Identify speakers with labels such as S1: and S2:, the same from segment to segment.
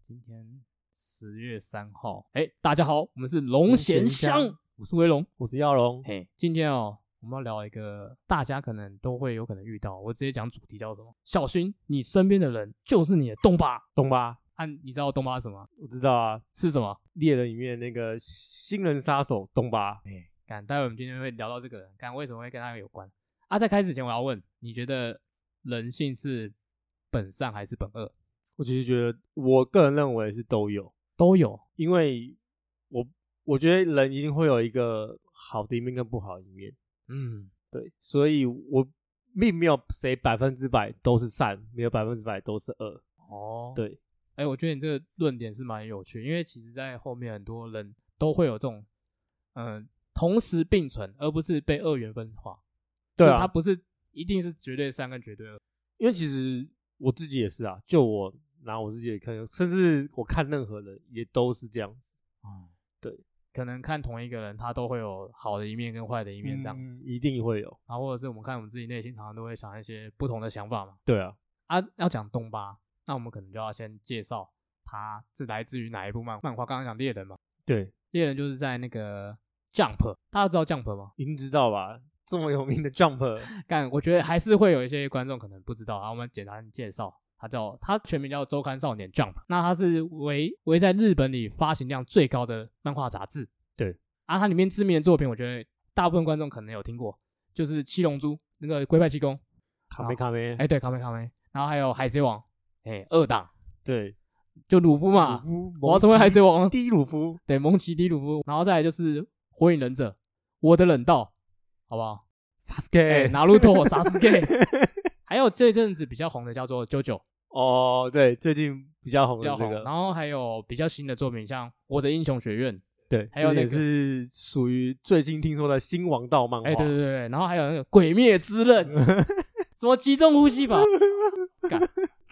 S1: 今天十月三号，哎、大家好，我们是龙涎
S2: 龙涎
S1: 香
S2: 香，
S1: 我是威龙。
S2: 我是耀龙，
S1: 嘿，今天哦，我们要聊一个大家可能都会有可能遇到，我直接讲主题叫什么？小心你身边的人就是你的东巴。
S2: 懂吧？
S1: 啊，你知道东巴是什么？
S2: 我知道啊，
S1: 是什么？
S2: 猎人里面那个新人杀手懂吧？
S1: 看，待会我们今天会聊到这个人，看为什么会跟他有关。啊，在开始前我要问，你觉得人性是本善还是本恶？
S2: 我其实觉得，我个人认为是都有，
S1: 都有。
S2: 因为我我觉得人一定会有一个好的一面跟不好的一面，
S1: 嗯，
S2: 对，所以我并没有谁百分之百都是善，没有百分之百都是恶，
S1: 哦，
S2: 对，
S1: 哎、我觉得你这个论点是蛮有趣，因为其实，在后面很多人都会有这种，嗯、同时并存，而不是被二元分化。
S2: 对
S1: 就是
S2: 啊
S1: 它不是一定是绝对善跟绝对恶。
S2: 因为其实我自己也是啊，就我拿我自己来看，甚至我看任何人也都是这样子，
S1: 可能看同一个人，他都会有好的一面跟坏的一面这样。
S2: 嗯一定会有，
S1: 然后或者是我们看我们自己内心，常常都会想一些不同的想法嘛。
S2: 对啊，
S1: 啊，要讲东巴，那我们可能就要先介绍它是来自于哪一部漫漫画。刚刚讲猎人嘛，
S2: 对，
S1: 猎人就是在那个 Jump，大家知道 Jump 吗？
S2: 您知道吧？这么有名的 Jump。
S1: 但我觉得还是会有一些观众可能不知道啊，我们简单介绍，它叫它全名叫《周刊少年 Jump》，那它是为为在日本里发行量最高的漫画杂志。
S2: 对
S1: 啊，它里面知名的作品，我觉得大部分观众可能有听过，就是《七龙珠》那个龟派气功，
S2: 卡梅卡梅，
S1: 哎、对，卡梅卡梅，然后还有《海贼王》，哎，二档
S2: 对，
S1: 就鲁夫嘛，
S2: 鲁夫，
S1: 啊我要成为海贼
S2: 王
S1: 王，
S2: 第一鲁夫，
S1: 对，蒙奇迪鲁夫，然后再来就是《火影忍者》，我的忍道，好不好？
S2: 萨斯
S1: 哎、
S2: k
S1: 拿路 透啥 s gay，还有这阵子比较红的叫做《JoJo》。
S2: 哦，对，最近比较红
S1: 比
S2: 的
S1: 较
S2: 这
S1: 红，
S2: 个，
S1: 然后还有比较新的作品，像《我的英雄学院》，
S2: 对，
S1: 还有
S2: 这
S1: 那
S2: 也是属于最近听说的新王道漫画，
S1: 哎、对对对对，然后还有那个《鬼灭之刃》，什么集中呼吸法，干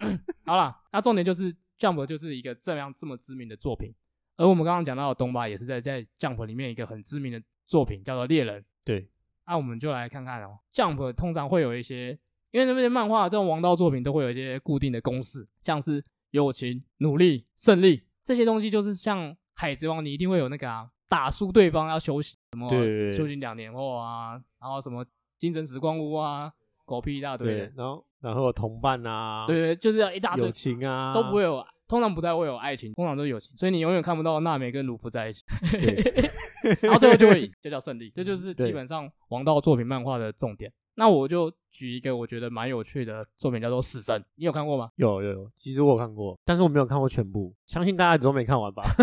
S1: 好啦，那重点就是《Jump》就是一个这样这么知名的作品，而我们刚刚讲到的东巴也是在在《Jump》里面一个很知名的作品，叫做《猎人》。
S2: 对，
S1: 那、我们就来看看哦，《Jump》通常会有一些，因为那边漫画这种王道作品都会有一些固定的公式，像是友情、努力、胜利这些东西，就是像《海贼王》，你一定会有那个啊，打输对方要休息，什么
S2: 对对对
S1: 休息两年后啊，然后什么精神时光屋啊，狗屁一大堆的
S2: 对，，然后然后有同伴啊，
S1: 对，对，就是要一大堆
S2: 友，情啊，
S1: 都不会，有，通常不太会有爱情，通常都是友情，所以你永远看不到娜美跟鲁夫在一起，然后最后就会赢，就叫胜利。这就是基
S2: 嗯对
S1: 本上王道作品漫画的重点。那我就举一个我觉得蛮有趣的作品，叫做《死神》，你有看过吗？
S2: 有有有，其实我有看过，但是我没有看过全部，相信大家都没看完吧？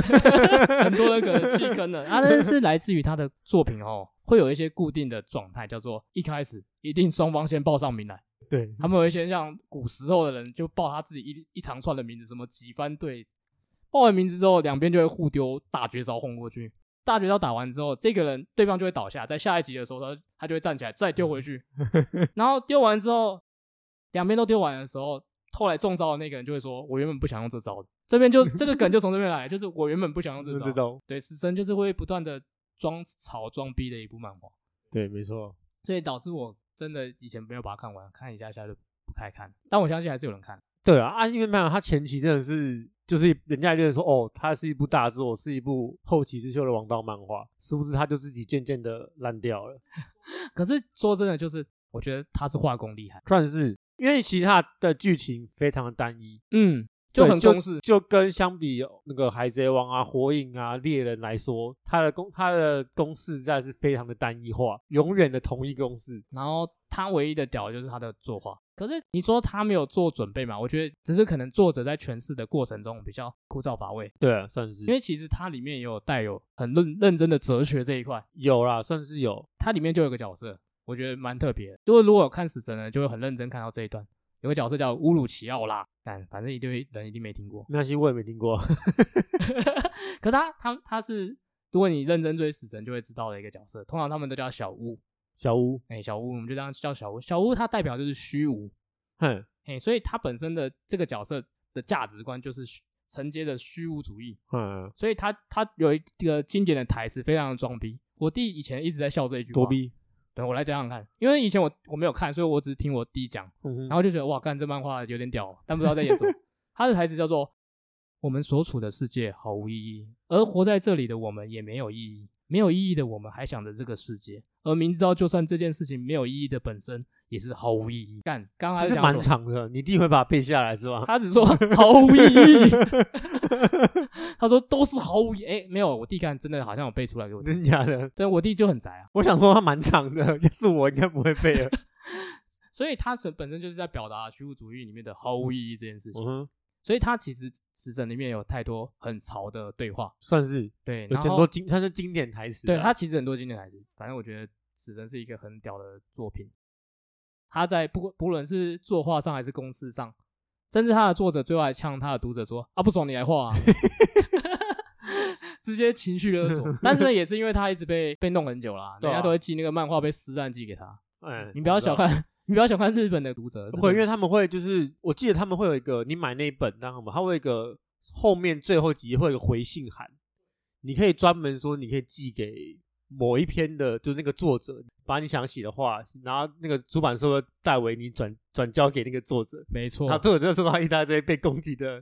S1: 很多人可能弃坑了，啊，但是来自于他的作品哦，会有一些固定的状态，叫做一开始一定双方先报上名来，
S2: 对，
S1: 他们有一些像古时候的人就报他自己一一长串的名字，什么几番队，报完名字之后，两边就会互丢大绝招轰过去。大绝招打完之后，这个人对方就会倒下，在下一集的时候，他他就会站起来再丢回 去，然后丢完之后，两边都丢完的时候，后来中招的那个人就会说：“我原本不想用这招的。”这边就这个梗就从这边来，就是我原本不想用这
S2: 这
S1: 招。
S2: 种，
S1: 对，死神就是会不断的装草装逼的一部漫画，
S2: 对，没错，
S1: 所以导致我真的以前没有把它看完，看一下下就不太看。但我相信还是有人看。
S2: 对啊，啊，因为漫画它前期真的是，就是人家一定说，哦，它是一部大作，是一部后起之秀的王道漫画，殊不知它就自己渐渐的烂掉了。
S1: 可是说真的，就是我觉得他是画工厉害，
S2: 算是因为其他的剧情非常的单一，
S1: 嗯，就
S2: 对
S1: 很公式，
S2: 就跟相比那个海贼王啊、火影啊、猎人来说，它的公它的公式实在是非常的单一化，永远的同一公式。
S1: 然后他唯一的屌就是他的作画。可是你说他没有做准备嘛？我觉得只是可能作者在诠释的过程中比较枯燥乏味，
S2: 对啊，算是
S1: 因为其实它里面也有带有很认认真的哲学这一块，
S2: 有啦，算是有。
S1: 它里面就有个角色，我觉得蛮特别的。如果如果有看死神呢，就会很认真看到这一段，有个角色叫乌鲁奇奥拉，但反正一堆人一定没听过。
S2: 没关系，我也没听过。
S1: 可他他他是，如果你认真追死神，就会知道的一个角色。通常他们都叫小巫，
S2: 小屋，
S1: 哎、小巫我们就这样叫小巫。小巫它代表就是虚无，
S2: 哼，
S1: 哎、所以它本身的这个角色的价值观就是虚承接着虚无主义，
S2: 嗯，
S1: 所以他他有一个经典的台词，非常的装逼。我弟以前一直在笑这一句话，
S2: 多。逼。
S1: 对我来讲讲看，因为以前我我没有看，所以我只是听我弟讲，
S2: 嗯哼
S1: 哦然后就觉得哇，干这漫画有点屌，但不知道在演什么。他的台词叫做我们所处的世界毫无意义，而活在这里的我们也没有意义。没有意义的我们还想着这个世界，而明知道就算这件事情没有意义的本身也是毫无意义。干，刚刚还是
S2: 其实
S1: 讲
S2: 蛮
S1: 什么？
S2: 长的，你弟会把它背下来是吧？
S1: 他只说毫无意义， 他说都是毫无意。哎，没有，我弟干真的好像有背出来给我听，
S2: 真假的？
S1: 但我弟就很宅啊，
S2: 我想说它蛮长的，要是我应该不会背 了。
S1: 所以他本本身就是在表达虚无主义里面的毫无意义这件事情。
S2: 嗯，
S1: 所以他其实《死神》里面有太多很潮的对话，
S2: 算是
S1: 对，
S2: 有
S1: 然
S2: 很
S1: 后
S2: 多经，它是经典台词啊。
S1: 对他其实很多经典台词，反正我觉得《死神》是一个很屌的作品。他在不不论是作画上还是公式上，甚至他的作者最后还呛他的读者说：“啊，不爽你来 画、啊。”直接情绪 勒索，但是呢也是因为他一直被被弄很久啦，
S2: 对
S1: 人
S2: 啊
S1: 家都会寄那个漫画被撕烂寄给他。
S2: 哎，
S1: 你不要小
S2: 我知道。
S1: 看，你不要小看日本的读者，
S2: 会，因
S1: 日
S2: 为他们会就是，我记得他们会有一个，你买那一本，然后他会有一个后面最后集会有一个回信函，你可以专门说，你可以寄给某一篇的，就是那个作者，把你想写的话，然后那个出版社会代为你转转交给那个作者，
S1: 本没错
S2: 然后，作者就收到一大堆被攻击的，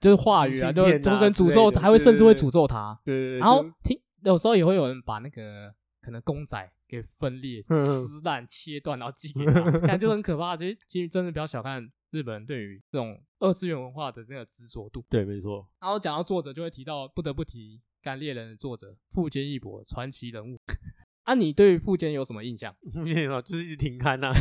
S1: 就是话语啊，
S2: 明信
S1: 都
S2: 片啊
S1: 都跟
S2: 之
S1: 诅
S2: 类
S1: 咒，
S2: 的
S1: 还会
S2: 对
S1: 甚至会
S2: 对对
S1: 诅咒他。
S2: 对对对，
S1: 然后
S2: 就
S1: 听有时候也会有人把那个可能公仔给分裂、
S2: 嗯
S1: 撕烂、切断，然后寄给他，感觉很可怕。其实其实真的不要小看日本人对于这种二次元文化的那个执着度。
S2: 对，没错，
S1: 然后讲到作者，就会提到不得不提《干猎人》的作者富坚义博，传奇人物。 啊，你对富坚有什么印象？
S2: 没有，就是一直停刊呐、啊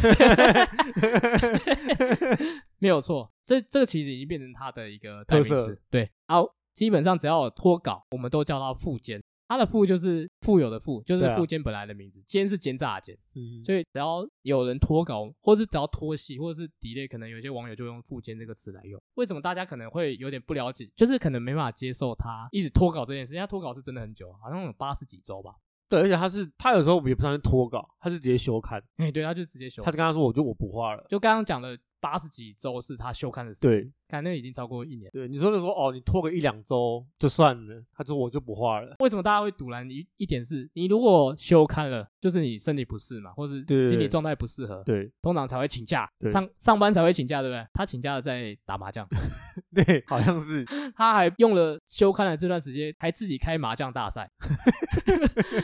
S1: 没有错，这这个其实已经变成他的一个代名
S2: 特色
S1: 词。对啊，基本上只要有脱稿，我们都叫他富坚。他的富就是富有的富，就
S2: 对
S1: 是
S2: 啊
S1: 富坚本来的名字，坚是奸诈的奸。
S2: 嗯，
S1: 所以只要有人脱稿，或是只要脱戏，或者是 delay，可能有些网友就用“附件”这个词来用。为什么大家可能会有点不了解，就是可能没办法接受他一直脱稿这件事。人家脱稿是真的很久，啊好像有八十几周吧。
S2: 对，而且他是他有时候也不算是脱稿，他是直接休刊，
S1: 哎、对，他就直接休
S2: 他。就跟他说，我就我不画了。
S1: 就刚刚讲的八十几周是他休刊的时间，
S2: 对
S1: 看那已经超过一年。
S2: 对，你说的说哦，你拖个一两周就算了，他说我就不画了。
S1: 为什么大家会堵拦一一点是，你如果休刊了，就是你身体不适嘛，或是
S2: 对对
S1: 心理
S2: 对
S1: 状态不适合，
S2: 对
S1: 通常才会请假，
S2: 对
S1: 上上班才会请假，对不对？他请假了在打麻 将。
S2: 对，好像是
S1: 他还用了休刊的这段时间，还自己开麻将大赛，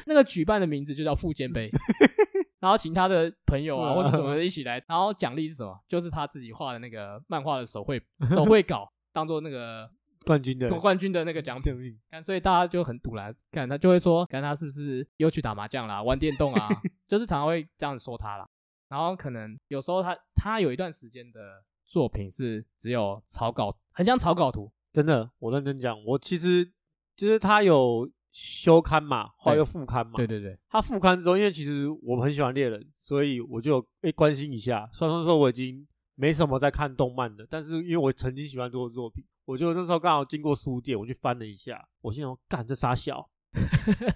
S1: 那个举办的名字就叫富坚 杯，然后请他的朋友啊
S2: 哇
S1: 或者什么的一起来，然后奖励是什么？就是他自己画的那个漫画的手绘手绘 稿，当做那个
S2: 冠军的
S1: 冠军的那个奖品。
S2: 奖品。
S1: 看，所以大家就很堵啦，看他就会说，看他是不是又去打麻将啦，玩电动 啊，就是常常会这样说他啦。然后可能有时候他他有一段时间的作品是只有草稿，很像草稿图，
S2: 真的，我认真讲，我其实就是他有休刊嘛，后来又复刊嘛。
S1: 对对对。
S2: 他复刊之后，因为其实我们很喜欢猎人，所以我就有诶关心一下。虽然说那时候我已经没什么在看动漫的，但是因为我曾经喜欢做的作品，我就那时候刚好经过书店，我去翻了一下，我心想说干这傻小，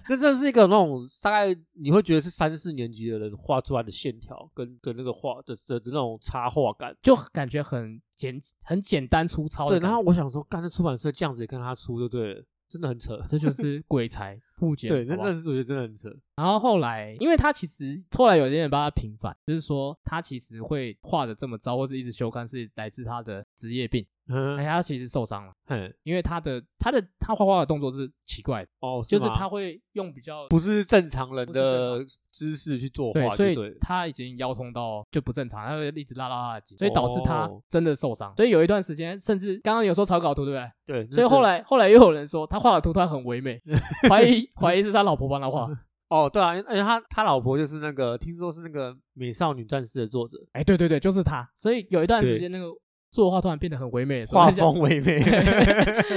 S2: 这真的是一个那种大概你会觉得是三四年级的人画出来的线条跟跟那个画的的的那种插画感。
S1: 就感觉很简很简单粗糙
S2: 对，
S1: 哦的感觉。
S2: 然后我想说，干这出版社这样子也跟他出就对了，真的很扯。
S1: 这就是鬼才 富坚，
S2: 对，那
S1: 好哎不
S2: 真
S1: 好
S2: 的是我觉得真的很扯。
S1: 然后后来，因为他其实后来有些人帮他平反，就是说他其实会画的这么糟，或是一直休刊，是来自他的职业病。而且
S2: 嗯，
S1: 他其实受伤了，
S2: 嘿
S1: 因为他的他的他画画的动作是奇怪的，
S2: 哦，
S1: 就是
S2: 吗
S1: 他会用比较
S2: 不是正常人
S1: 不是正
S2: 的姿势去作画
S1: 对，所
S2: 就对
S1: 以
S2: 了，
S1: 他已经腰痛到就不正常，他会一直拉拉拉的筋，所以导致他
S2: 哦
S1: 真的受伤。所以有一段时间，甚至刚刚有说草稿图，对不对？
S2: 对，
S1: 所以
S2: 那
S1: 后
S2: 这
S1: 来后来又有人说他画的图他很唯 美，怀疑怀疑是他老婆帮他画。
S2: 哦，对啊，而且他他老婆就是那个，听说是那个《美少女战士》的作者，
S1: 哎，对对对，就是他。所以有一段时间那个作画突然变得很唯美的时候，
S2: 画
S1: 大家
S2: 风 唯美，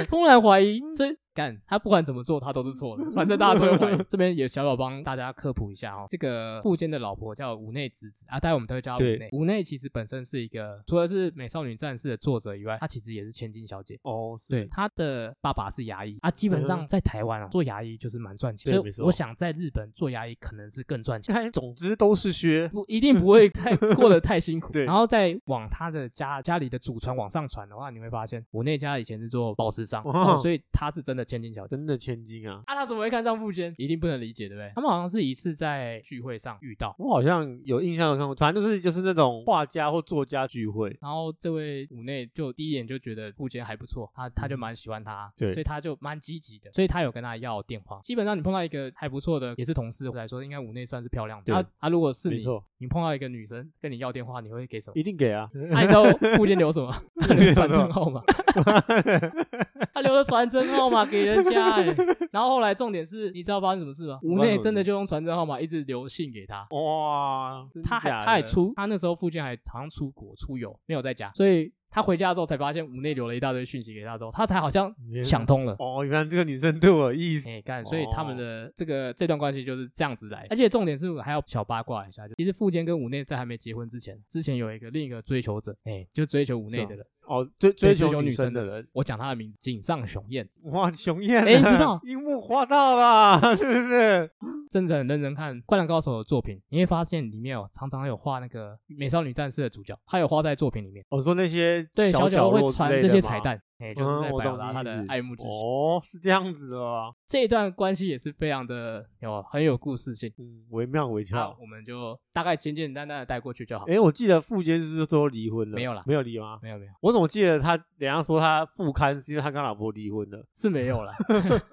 S1: 突然怀疑
S2: 嗯
S1: 这干他不管怎么做他都是错的，反正大家都会 怀疑。这边也小小帮大家科普一下哦，这个富坚的老婆叫武内直子啊，待会我们都会叫她武
S2: 对
S1: 内。武内其实本身是一个除了是《美少女战士》的作者以外，她其实也是千金小姐。
S2: 哦，是
S1: 对，，他的爸爸是牙医啊，基本
S2: 嗯
S1: 上在台湾啊做牙医就是蛮赚钱，
S2: 对
S1: 所
S2: 没
S1: 以
S2: 错
S1: 我想在日本做牙医可能是更赚钱，
S2: 看，总之都是薛，
S1: 不一定不会 太过得太辛苦。
S2: 对
S1: 然后再往他的家家里的祖传往上传的话，你会发现我那家以前是做宝石商，
S2: 哦
S1: 哦所以他是真的千金小姐。
S2: 真的千金啊！
S1: 啊，他怎么会看上富坚？一定不能理解，对不对？他们好像是一次在聚会上遇到，
S2: 我好像有印象有看过，反正就是就是那种画家或作家聚会，
S1: 然后这位武内就第一眼就觉得富坚还不错，他他就蛮喜欢他，
S2: 对
S1: 所以他就蛮积极的，所以他有跟他要电话。基本上你碰到一个还不错的，也是同事来说，应该武内算是漂亮的。
S2: 对
S1: 他他如果是
S2: 没
S1: 你，
S2: 错，
S1: 你碰到一个女生跟你要电话，你会给什么？
S2: 一定给啊！
S1: 那、你知道富坚留什 么？
S2: 留什么
S1: 传真号码。他留了传真号码给人家、欸，然后后来重点是，你知道发生什么事吗？武
S2: 发生什
S1: 内
S2: 么
S1: 真的
S2: 事
S1: 就用传真号码一直留信给他，
S2: 哇，真
S1: 他还
S2: 假的
S1: 他还出，他那时候附近还好像出国出游，没有在家，所以他回家之后才发现屋内留了一大堆讯息给他之后，他才好像
S2: 原来
S1: 想通了。
S2: 哦，原来这个女生对我有意思，
S1: 哎，干、所以他
S2: 哦
S1: 们的这个这段关系就是这样子来，而且重点是我还要小八卦一下，就其实富坚跟武内在还没结婚之前，之前有一个另一个追求者，哎、就追求武内的人，
S2: 哦，追追
S1: 追
S2: 求
S1: 求
S2: 女
S1: 女生
S2: 生的人，
S1: 我讲他的名字，井上雄彦，
S2: 哇，雄彦啊，
S1: 哎你知道
S2: 樱木花道啦， 是不是？
S1: 真的很认真看《灌篮高手》的作品，你会发现里面有常常有画那个美少女战士的主角，他有画在作品里面，
S2: 哦我说那些
S1: 对，小
S2: 角
S1: 角
S2: 落
S1: 会传
S2: 之类
S1: 这
S2: 的
S1: 些
S2: 吗
S1: 彩，蛋，哎、就是在
S2: 嗯我
S1: 表
S2: 懂
S1: 达
S2: 你
S1: 他
S2: 意
S1: 的
S2: 思
S1: 爱慕之情。
S2: 哦，是这样子的啊，
S1: 这一段关系也是非常的有很有故事性，
S2: 嗯，惟妙惟
S1: 那
S2: 肖。
S1: 我们就大概简简单单的带过去就好。
S2: 哎，我记得富坚是不是最后离婚了？
S1: 没有啦
S2: 没有离吗？
S1: 没有没有
S2: 我怎么记得他人家说他复刊是因为他跟老婆离婚了？
S1: 是没 有了，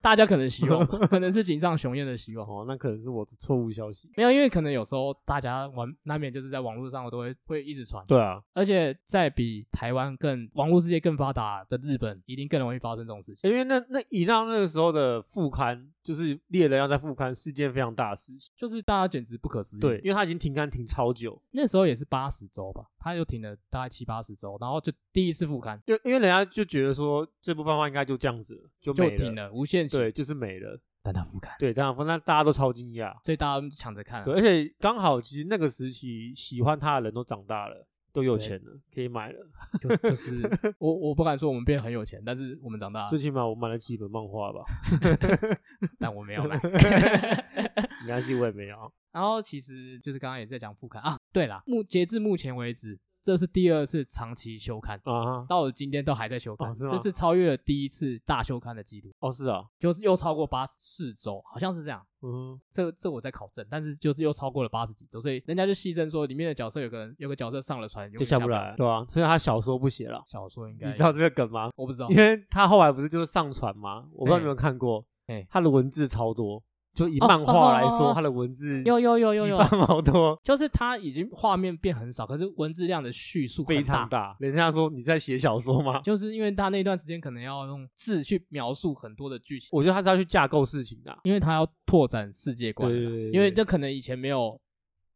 S1: 大家可能希望，可能是井上雄彦的希 望。
S2: 哦，那可能是我的错误消息。
S1: 没有，因为可能有时候大家玩难免就是在网络上，我都会会一直传，
S2: 对啊，
S1: 而且在比台湾更网络世界更发达的日本，一定更容易发生这种事情。
S2: 因为那那以那那个时候的副刊，就是猎人要在副刊是件非常大的事情。
S1: 就是大家简直不可思议。
S2: 对，，因为他已经停刊停超久，
S1: 那时候也是八十周吧，他就停了大概七八十周，然后就第一次复刊
S2: 就因为人家就觉得说这部漫画应该就这样子了就
S1: 就
S2: 没
S1: 停
S2: 了，
S1: 了，无限期。
S2: 对，就是没了。
S1: 但他复刊，
S2: 对，这样那大家都超惊讶。
S1: 所以大家都抢着看啊。
S2: 对，而且刚好其实那个时期喜欢他的人都长大了，都有
S1: 对
S2: 钱了，可以买了。
S1: 就 就是我我不敢说我们变得很有钱，但是我们长大了
S2: 最，起码我买了几本漫画吧，
S1: 但我没有 买。
S2: 没关系，我也没啊有。
S1: 然后其实就是刚刚也在讲复刊啊，对啦，目截至目前为止，这是第二次长期休刊，
S2: 啊哈，
S1: 到了今天都还在休刊，
S2: 哦是吗
S1: 这是超越了第一次大休刊的记录，
S2: 哦是啊，
S1: 就是又超过八十四周，好像是这样。
S2: 嗯，
S1: 这这我在考证，但是就是又超过了八十几周，所以人家就戏称说里面的角色有个人有个角色上了船
S2: 就下不来，。对啊，虽然他小说不写了，
S1: 小说应该哦
S2: 你知道这个梗吗？
S1: 我不知道
S2: 因，为他后来不是就是上传吗？我不知道你有没有看过，
S1: 哎
S2: 他的文字超多，就以
S1: 哦
S2: 漫画来
S1: 哦哦哦
S2: 说，
S1: 哦
S2: 他的文字
S1: 有有有有
S2: 七
S1: 有，
S2: 八 毛多，
S1: 就是它已经画面变很少，可是文字量的叙述很
S2: 非常大。人家说你在写小说吗？
S1: 就是因为他那段时间可能要用字去描述很多的剧情，
S2: 我觉得他是要去架构事情的啊，
S1: 因为他要拓展世界观啊，
S2: 对对对对
S1: 因为这可能以前没有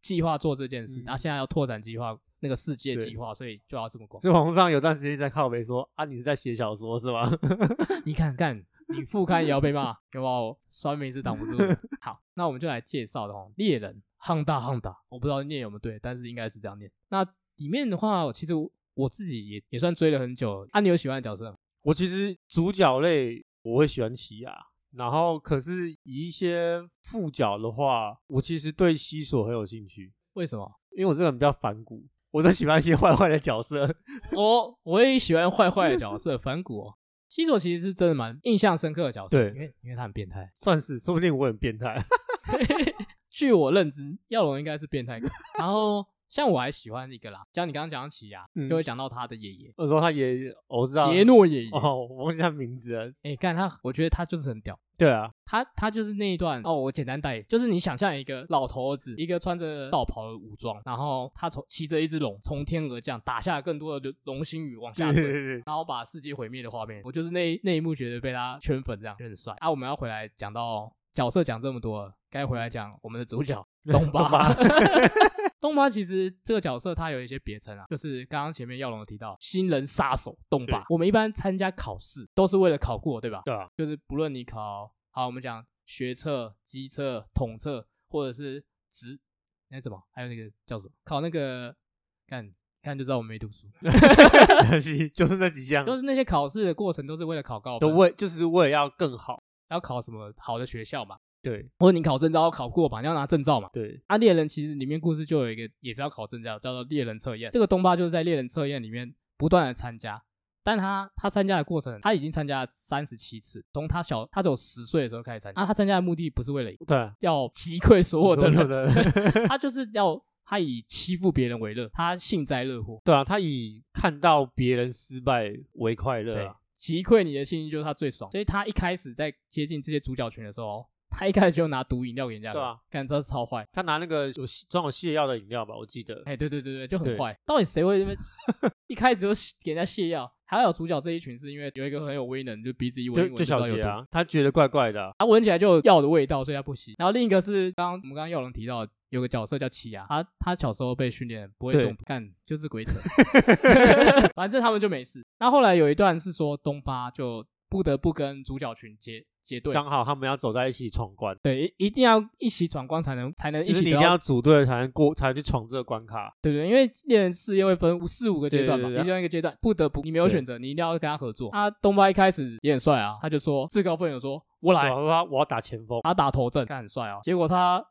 S1: 计划做这件事，
S2: 嗯
S1: 他、现在要拓展计划那个世界
S2: 对
S1: 计划，所以就要这么广。
S2: 所以网络上有段时间一直在靠北说啊，你是在写小说是吗？
S1: 你看看，你副刊也要被骂，有没有？酸民是挡不 住的。好，那我们就来介绍的哦，猎人汉大汉大，我不知道念有没有对，但是应该是这样念。那里面的话，其实我我自己也也算追了很久了。啊，你有喜欢的角色吗？
S2: 我其实主角类我会喜欢奇亚，然后可是以一些副角的话，我其实对西索很有兴趣，
S1: 为什 么？
S2: 因为我这个人比较反骨，我都喜欢一些 坏坏的角色。
S1: 我哦我也喜欢坏坏的角色，反骨哦。西索 其实是真的蛮印象深刻的角色，
S2: 对
S1: 因为因为他很变态。
S2: 算是，说不定我很变态。
S1: 据我认知，耀龙应该是变态狗。然后像我还喜欢一个啦，像你刚刚讲到奇亚，
S2: 嗯
S1: 就会讲到他的爷爷
S2: 我说他也，我知道
S1: 杰诺爷爷。
S2: 哦，我忘记他名字了。
S1: 哎，干他，我觉得他就是很屌。
S2: 对啊，
S1: 他他就是那一段哦，我简单带，就是你想象一个老头子，一个穿着道袍的武装，然后他从骑着一只龙从天而降，打下更多的龙星雨往下
S2: 对对
S1: 坠，
S2: 对，对
S1: 然后把世界毁灭的画面，我就是那一那一幕觉得被他圈粉，这样就很帅啊。我们要回来讲到角色讲这么多了，该回来讲我们的主角东
S2: 东巴
S1: 巴。 东巴其实这个角色他有一些别称啊，就是刚刚前面耀龙有提到新人杀手东巴
S2: 对。
S1: 我们一般参加考试都是为了考过，对吧？
S2: 对啊，
S1: 就是不论你考好，我们讲学测、机测、统测，或者是职那什么，还有那个叫什么，考那个看看就知道我没读书，
S2: 嗯没 关系就是那几项，
S1: 都是那些考试的过程都是为了考高
S2: 都
S1: 分，啊
S2: 为就是为了要更好。
S1: 要考什么好的学校嘛，
S2: 对
S1: 或者你考证照要考过嘛，你要拿证照嘛。
S2: 对，
S1: 啊，猎人其实里面故事就有一个也是要考证照，叫做猎人测验。这个东巴就是在猎人测验里面不断的参加，但他他参加的过程，他已经参加了三十七次，从他小他只有十岁的时候开始参加。啊，他参加的目的不是为了赢
S2: 对，啊
S1: 要击溃所有的人，
S2: 的
S1: 他就是要他以欺负别人为乐，他幸灾乐祸。
S2: 对啊，他以看到别人失败为快乐
S1: 对
S2: 啊，，
S1: 击溃你的信心就是他最爽。所以他一开始在接近这些主角群的时候，哦他一开始就拿毒饮料给人家喝，
S2: 对啊
S1: 干这是超坏。
S2: 他拿那个有吸装有泻药的饮料吧，我记得。
S1: 哎、对对对对，就很
S2: 对
S1: 坏。到底谁会因为一开始就给人家泻药？还有主角这一群是因为有一个很有威能，就鼻子一闻
S2: 就
S1: 一闻
S2: 就
S1: 知道
S2: 小
S1: 有
S2: 杰
S1: 毒，
S2: 啊，他觉得怪怪的啊、
S1: 他闻起来就有药的味道，所以他不吸。然后另一个是刚刚我们刚刚耀龙提到有个角色叫奇亚，他他小时候被训练不会
S2: 对
S1: 中毒，干就是 鬼扯，反正他们就没事。那后来有一段是说东巴就不得不跟主角群结结队，
S2: 刚好他们要走在一起闯关，
S1: 对，一一定要一起闯关才能才能
S2: 就
S1: 一
S2: 是
S1: 起
S2: 你一
S1: 得
S2: 定
S1: 到
S2: 要组队才能过，才能去闯这个关卡。
S1: 对不对？因为猎人事业会分五四五个阶段嘛，
S2: 对对
S1: 你
S2: 对
S1: 就像一个阶段，不得不你没有
S2: 对
S1: 选择，你一定要跟他合作。他东巴一开始也很帅啊，他就说自告奋勇说：“我来
S2: 啊我，要我要打前锋，
S1: 他打头阵，他很帅啊。”结果他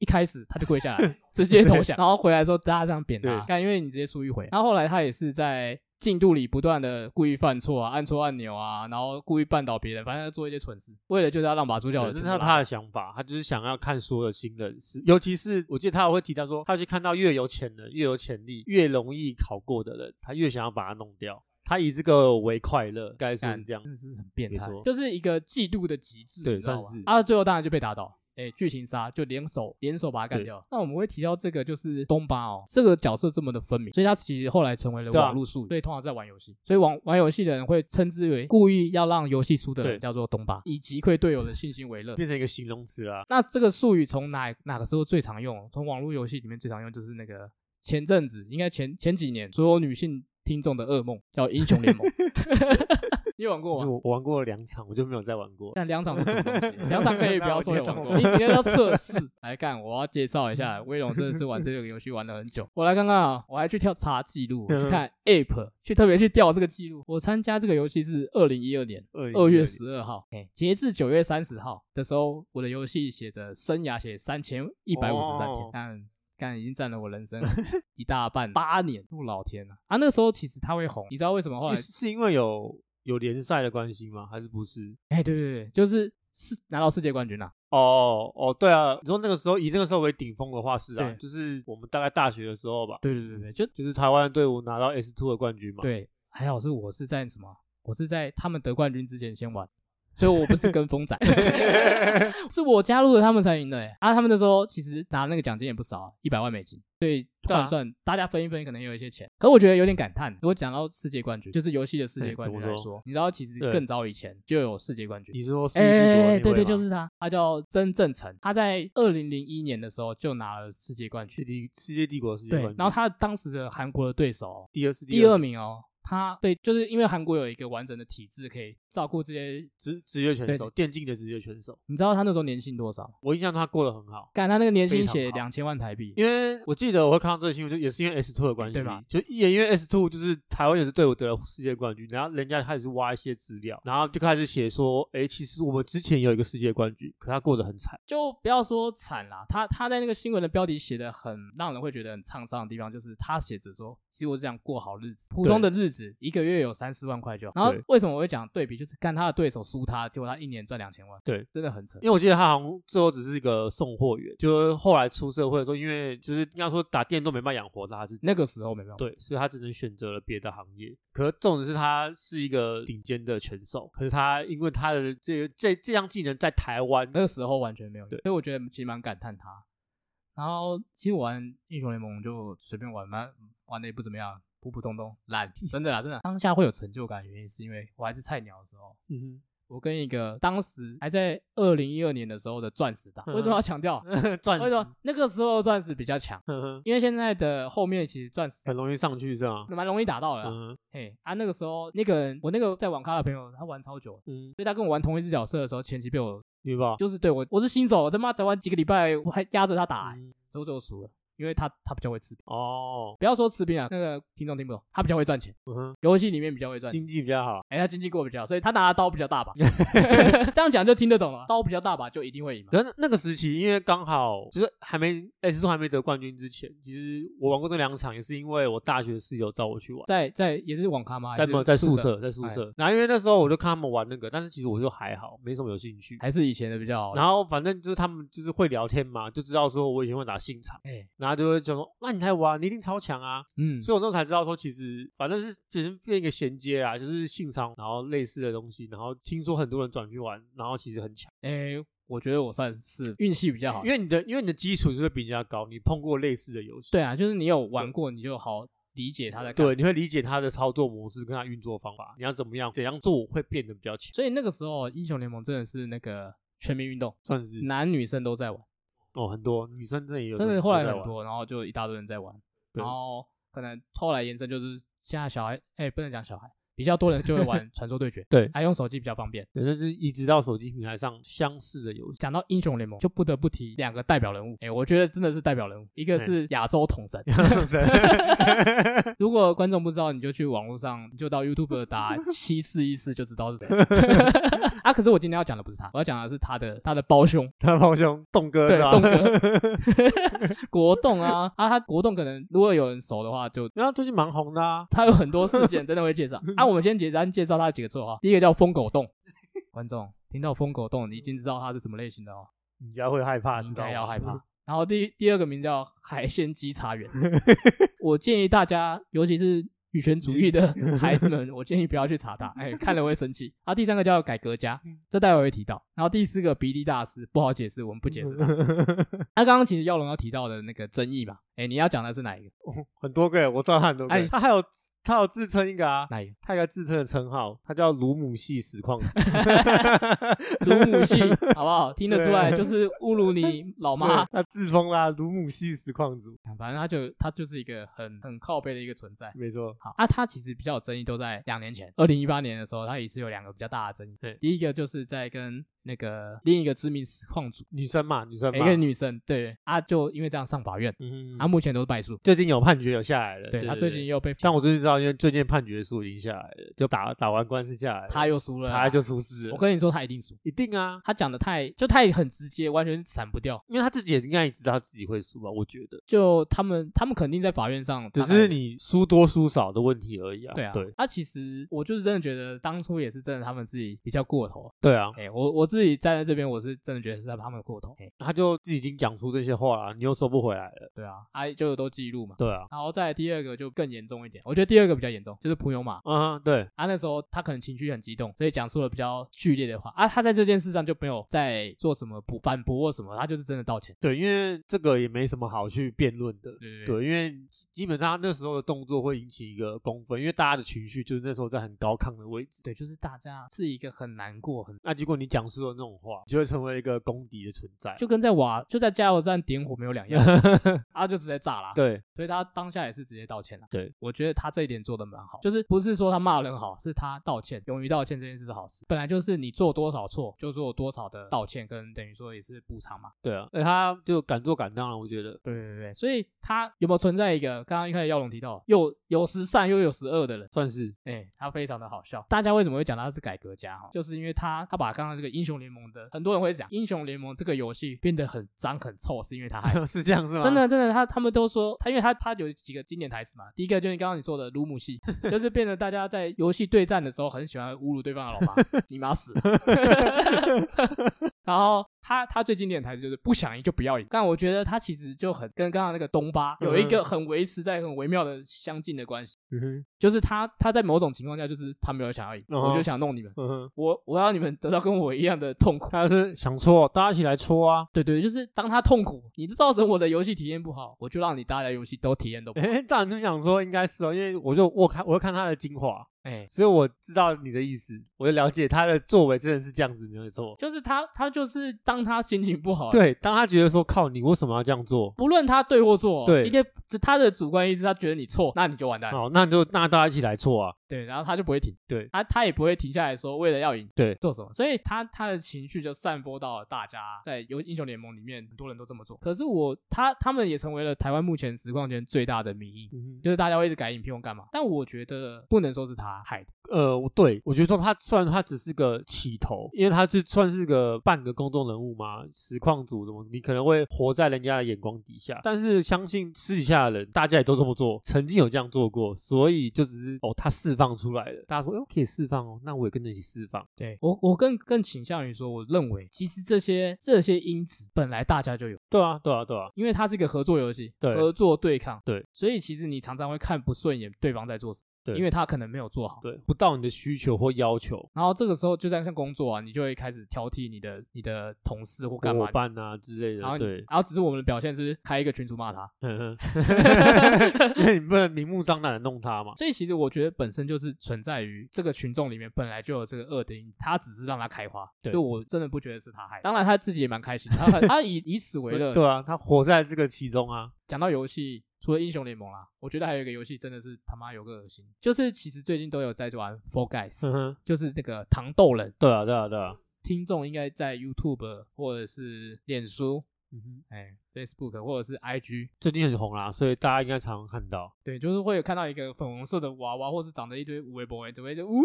S1: 一开始他就跪下来，直接投降，然后回来之后大家这样扁他，
S2: 对
S1: 干因为你直接输一回。然后后来他也是在进度里不断的故意犯错啊，按错按钮啊，然后故意绊倒别人，反正他做一些蠢事，为了就是要让把主角的
S2: 对这
S1: 全部拉
S2: 是他
S1: 下
S2: 他的想法，他就是想要看所有的新人是，尤其是我记得他会提到说，他去看到越有潜能、越有潜力、越容易考过的人，他越想要把他弄掉。他以这个为快乐，该说
S1: 干
S2: 是这样。
S1: 真的是很变
S2: 没
S1: 态
S2: 错，
S1: 就是一个嫉妒的极致，
S2: 对
S1: 你知道吗
S2: 算是
S1: 啊，最后当然就被打倒。哎，剧情杀就联手联手把他干
S2: 对
S1: 掉。那我们会提到这个就是东巴哦，这个角色这么的分明，所以他其实后来成为了
S2: 对啊
S1: 网络术语，所以通常在玩游戏，所以玩玩游戏的人会称之为故意要让游戏输的人
S2: 对
S1: 叫做东巴，以击溃队友的信心为乐。
S2: 变成一个形容词啊啦，
S1: 那这个术语从哪哪个时候最常用？哦从网络游戏里面最常用就是那个前阵子，应该前前几年所有女性听众的噩梦叫英雄联 盟。 你有玩过
S2: 其
S1: 吗
S2: 实？我我玩过了啊两场，我就没有再玩过。
S1: 但两场是什么东 西？两场可以不要说有玩过，
S2: 那我
S1: 你你要叫测试来干。我要介绍一下，威龙真的是玩这个游戏玩了很久。我来看看啊，我还去跳查记录，
S2: 嗯
S1: 去 看 App，去特别去调这个记录。我参加这个游戏是二零一二年二月十二号，哎截至九月三十号的时候，我的游戏写着生涯写三千一百五十三天
S2: 哦，
S1: 但。但已经占了我人 生一大半，八年！我老天啊！啊，那时候其实他会红，你知道为什么后来
S2: 是是因为有有联赛的关系吗？还是不是？
S1: 哎，对对对，就是是拿到世界冠军啊啦、
S2: 哦哦，对啊，你说那个时候以那个时候为顶峰的话是啊，
S1: 对
S2: 就是我们大概大学的时候吧，
S1: 对对对对，就
S2: 就是台湾队伍拿到 S two 的冠军嘛。，
S1: 对，还好是我是在什么？我是在他们得冠军之前先玩，所以我不是跟风 仔，是我加入了他们才赢的、欸。啊，他们那时候其实拿那个奖金也不少、啊，一百万美金，所以
S2: 对啊
S1: 换算、大家分一分，可能也有一些钱。可我觉得有点感叹，如果讲到世界冠军，就是游戏的世界
S2: 哎
S1: 冠
S2: 怎
S1: 军
S2: 么
S1: 来
S2: 说
S1: 说，你知道其实
S2: 对
S1: 更早以前就有世界冠军。
S2: 你是说世纪帝国那
S1: 哎、
S2: 位
S1: 对对，
S2: 吗
S1: 就是他，他叫曾正成，他在二零零一年的时候就拿了世界冠
S2: 世
S1: 军，
S2: 界世界帝国世界
S1: 对
S2: 冠军，，
S1: 然后他当时的韩国的对手哦
S2: 第二是
S1: 第二，名哦，他被就是因为韩国有一个完整的体制可以照顾这些，
S2: 职职业选手，电竞的职业选手，
S1: 你知道他那时候年薪多少吗？
S2: 我印象他过得很好。
S1: 干他那个年薪
S2: 非常
S1: 写
S2: 好
S1: 两千万台币，
S2: 因为我记得我会看到这个新闻，就也是因为 S two 的关系，
S1: 对吧？
S2: 就也因为 S two 就是台湾也是队伍得了世界冠军，然后人家开始挖一些资料，然后就开始写说，哎，其实我们之前有一个世界冠军，可他过得很惨。
S1: 就不要说惨啦，他他在那个新闻的标题写的很让人会觉得很沧桑的地方，就是他写着说，其实我只想过好日子，普通的日子，一个月有三四万块就好。然后
S2: 对
S1: 为什么我会讲对比，就是干他的对手输他，结果他一年赚两千万，
S2: 对，
S1: 真的很扯。
S2: 因为我记得他好像最后只是一个送货员，就是后来出社会的时候，因为就是应该说打电动没办法养活他自己，
S1: 那个时候没办法，
S2: 对，所以他只能选择了别的行业。可是重点是他是一个顶尖的拳手，可是他因为他的这个这这项技能在台湾，
S1: 那个时候完全没有，所
S2: 对
S1: 以我觉得其实蛮感叹他。然后其实我玩英雄联盟就随便玩，蛮玩的也不怎么样，普普通通，烂， 真的啦，真的。当下会有成就感，原因是因为我还是菜鸟的时候，
S2: 嗯
S1: 我跟一个当时还在二零一二年的时候的钻石打，
S2: 嗯
S1: 为什么要强调？
S2: 哼， 钻
S1: 为什
S2: 石，
S1: 么那个时候的钻石比较强？
S2: 嗯哼，
S1: 因为现在的后面其实钻石
S2: 很容易上去是吧？
S1: 蛮容易打到的啦、
S2: 嗯哼
S1: 嘿，啊，那个时候那个人，我那个在网咖的朋友，他玩超久，
S2: 嗯，
S1: 所以他跟我玩同一只角色的时候，前期被我
S2: 女宝，
S1: 就是对我，我是新手，我他妈才玩几个礼拜，我还压着他打、欸，
S2: 嗯
S1: 所以我最后输了。因为他他比较会吃饼。
S2: 哦，
S1: 不要说吃饼啊，那个听众听不懂，他比较会赚钱，
S2: 嗯哼，
S1: 游戏里面比较会赚钱。
S2: 经济比较好，
S1: 哎、他经济过得比较好，所以他拿的刀比较 大把。这样讲就听得懂了，刀比较大把就一定会赢嘛。
S2: 可是那个时期，因为刚好就是还没 S 数还没得冠军之前，其实我玩过这两场，也是因为我大学室友找我去玩。
S1: 在在也是网咖吗？还
S2: 在
S1: 是
S2: 没有在
S1: 宿
S2: 宿，舍，在宿
S1: 哎
S2: 舍。然后因为那时候我就看他们玩那个，但是其实我就还好，没什么有兴趣。
S1: 还是以前的比较好。
S2: 然后反正就是他们就是会聊天嘛，就知道说我以前会打信场，
S1: 哎、
S2: 然后就会讲说，那你还玩，你一定超强啊！
S1: 嗯，
S2: 所以我那时候才知道说，其实反正是只是变一个衔接啊，就是信场，然后类似的东西，然后听说很多人转去玩，然后其实很强，
S1: 哎、我觉得我算是运气比较好，
S2: 因为你的因为你的基础就是比人家高，你碰过类似的游戏，
S1: 对啊，就是你有玩过，你就好理解他在干嘛。
S2: 对，你会理解他的操作模式跟他运作方法，你要怎么样怎样做会变得比较强，
S1: 所以那个时候英雄联盟真的是那个全民运动，
S2: 算是
S1: 男女生都在玩，
S2: 哦，很多女生真的也有
S1: 真
S2: 这
S1: 的
S2: 种
S1: 后来
S2: 在
S1: 很
S2: 玩，
S1: 多，然后就一大堆人在玩，
S2: 对
S1: 然后可能后来延伸就是现在小孩，哎、不能讲小孩，比较多人就会玩 传说对决，
S2: 对
S1: 还用手机比较方便。
S2: 对，那就是移植到手机平台上相似的 游戏。
S1: 讲到英雄联盟，就不得不提两个代表人物，哎、我觉得真的是代表人物，一
S2: 嗯
S1: 个是亚洲统 神，如果观众不知道，你就去网络上，你就到 YouTube 打七四一四就知道是谁。啊，可是我今天要讲的不是他，我要讲的是他的他的胞兄，
S2: 他胞兄栋哥
S1: 对
S2: 是，吧？
S1: 栋哥， 国栋啊啊，他国栋可能如果有人熟的话，就
S2: 然后最近蛮红的啊，
S1: 他有很多事件真的会介绍。啊，我们先简单介绍他几个绰号，第一个叫疯狗洞，观众听到疯狗洞，你已经知道他是什么类型的哦，
S2: 你家会害怕，
S1: 应
S2: 知道
S1: 该
S2: 吗
S1: 要害怕。。然后第第二个名叫海鲜稽查员，我建议大家，尤其是女权主义的孩子们，我建议不要去查他，哎，看了会生气。然后第三个叫改革家，这待会会提到。然后第四个比利大师，不好解释，我们不解释它。那刚刚其实耀龙要提到的那个争议嘛，哎，你要讲的是哪一个？
S2: 很多个，欸我知道他很多
S1: 哎
S2: 个。他还有他有自称一个啊，
S1: 哪一个？
S2: 他有一个自称的称号，他叫鲁姆系 实 况子。
S1: 鲁母系， 好不好？听得出来就是侮辱你老妈
S2: 对。他自封啦，鲁姆系实况组，
S1: 反正他就他就是一个很很靠背的一个存在。
S2: 没错。
S1: 好啊，他其实比较有争议都在两年前，二零一八年的时候，他也是有两个比较大的争议。
S2: 对
S1: 第一个就是在跟那个另一个知名实况组，
S2: 女生嘛，女生
S1: 一
S2: 嘛
S1: 个，女生，对，啊，就因为这样上法院，
S2: 嗯
S1: 啊，，目前都是败诉。
S2: 最近有判决有下来了。
S1: 对他最近
S2: 有，
S1: 又被，
S2: 但我最近知道，因为最近判决书已经下来了，就打打完官司下来了，
S1: 他又输了啊，
S2: 他就出事了。
S1: 我跟你说，他一定输。
S2: 一定啊，
S1: 他讲的太就太很直接，完全闪不掉。
S2: 因为他自己也应该也知道他自己会输吧，我觉得，
S1: 就他们，他们肯定在法院上，
S2: 只是你输多输少的问题而已啊。
S1: 对啊，
S2: 对
S1: 啊，其实我就是真的觉得当初也是真的他们自己比较过头。
S2: 对啊，
S1: 哎、我我自己站在这边，我是真的觉得是他们过头。哎、
S2: 他就自己已经讲出这些话了，你又收不回来了。
S1: 对啊，啊就都记录嘛。
S2: 对啊，
S1: 然后再来第二个就更严重一点，我觉得第二个比较严重，就是普悠玛。
S2: 嗯，对，
S1: 啊，那时候他可能情绪很激动，所以讲出了比较剧烈的话。啊，他在这件事上就没有再做什么补反驳或什么，他就是真的道歉。
S2: 对，因为这个也没什么好去辩论的。
S1: 对对
S2: 对，因为基本上他那时候的动作会引起一个公愤，因为大家的情绪就是那时候在很高亢的位置。
S1: 对，就是大家是一个很难过，很
S2: 那结果你讲出了那种话，你就会成为一个公敌的存在。
S1: 就跟在瓦就在加油站点火没有两 样，啊，就直接炸啦。
S2: 对，
S1: 所以他当下也是直接道歉了。啊
S2: 对，
S1: 我觉得他这一点做的蛮好，就是不是说他骂人好，是他道歉，勇于道歉这件事是好事。本来就是你做多少错，就做多少的道歉，跟等于说也是补偿嘛。
S2: 对啊，而他就敢做敢当了，我觉得。
S1: 对对对，所以他有没有存在一个刚刚一开始耀龙提到又有时善又有时恶的人？
S2: 算是
S1: 哎、他非常的好笑。大家为什么会讲他是改革家哈？就是因为他他把刚刚这个英雄联盟的很多人会讲英雄联盟这个游戏变得很脏很臭，是因为他害
S2: 是这样是吗？
S1: 哎真的真的，他他们都说他，因为他他有几个经典台词嘛。第一个就是刚刚你说的鲁姆戏， 就是变得大家在游戏对战的时候很喜欢侮辱对方的老妈，你妈死。 然后他他最经典的台词就是不想赢就不要赢，但我觉得他其实就很跟刚刚那个东巴有一个很维持在很微妙的相近的关系，
S2: 嗯哼，
S1: 就是他他在某种情况下就是他没有想要赢，
S2: 嗯哼
S1: 我就想弄你们，
S2: 嗯哼，
S1: 我我要你们得到跟我一样的痛苦。
S2: 他是想搓，大家一起来搓啊。
S1: 对对，就是当他痛苦，你造成我的游戏体验不好，我就让你大家游戏都体验都不好。
S2: 哎、照你这么讲说应该是哦，因为我就我看我就看他的精华，
S1: 哎，
S2: 所以我知道你的意思，我就了解他的作为真的是这样子，没有错。
S1: 就是他，他就是当他心情不好，，
S2: 对，当他觉得说靠你为什么要这样做，
S1: 不论他对或错，
S2: 对
S1: 今天只他的主观意识，他觉得你错，那你就完蛋。
S2: 哦，那就那大家一起来做啊，
S1: 对，然后他就不会停，
S2: 对
S1: 他他也不会停下来说为了要赢，
S2: 对
S1: 做什么，所以他他的情绪就散播到了大家，在有英雄联盟里面很多人都这么做，可是我他他们也成为了台湾目前实况圈最大的迷因，
S2: 嗯
S1: 就是大家会一直改影片或干嘛，但我觉得不能说是他害的，
S2: 呃，我对我觉得说他虽然他只是个起头，因为他是算是个半个公众人物嘛，实况组什么，你可能会活在人家的眼光底下。但是相信私底下的人，大家也都这么做，曾经有这样做过，所以就只是哦，他释放出来了，大家说哎、可以释放哦，那我也跟着一起释放。
S1: 对我我更更倾向于说，我认为其实这些这些因子本来大家就有。
S2: 对啊，对啊，对啊，
S1: 因为它是一个合作游戏，
S2: 对
S1: 合作对抗，
S2: 对，
S1: 所以其实你常常会看不顺眼对方在做什么，
S2: 对
S1: 因为他可能没有做好，
S2: 对，啊不到你的需求或要求，
S1: 然后这个时候就在像工作啊，你就会开始挑剔你的你的同事或干
S2: 伙
S1: 嘛，
S2: 伴啊之类
S1: 然后
S2: 的，
S1: 你
S2: 对，
S1: 然后只是我们的表现是开一个群主骂他，
S2: 嗯嗯因为你不能明目张胆的弄他嘛。
S1: 所以其实我觉得本身就是存在于这个群众里面本来就有这个恶的因子，他只是让他开花，
S2: 对
S1: 所以我真的不觉得是他害的，当然他自己也蛮开心的，他很他以以此为乐。
S2: 对啊，他活在这个其中啊。
S1: 讲到游戏，除了英雄联盟啦，我觉得还有一个游戏真的是他妈有个恶心，就是其实最近都有在玩 f o r Guys，
S2: 嗯哼，
S1: 就是那个糖豆人，
S2: 对啊，对啊，对啊。
S1: 听众应该在 YouTube 或者是脸书、
S2: 嗯哼，
S1: 哎 Facebook 或者是 IG，
S2: 最近很红啦，所以大家应该常常看到。
S1: 对，就是会有看到一个粉红色的娃娃，或是长着一堆五维博维，只会就呜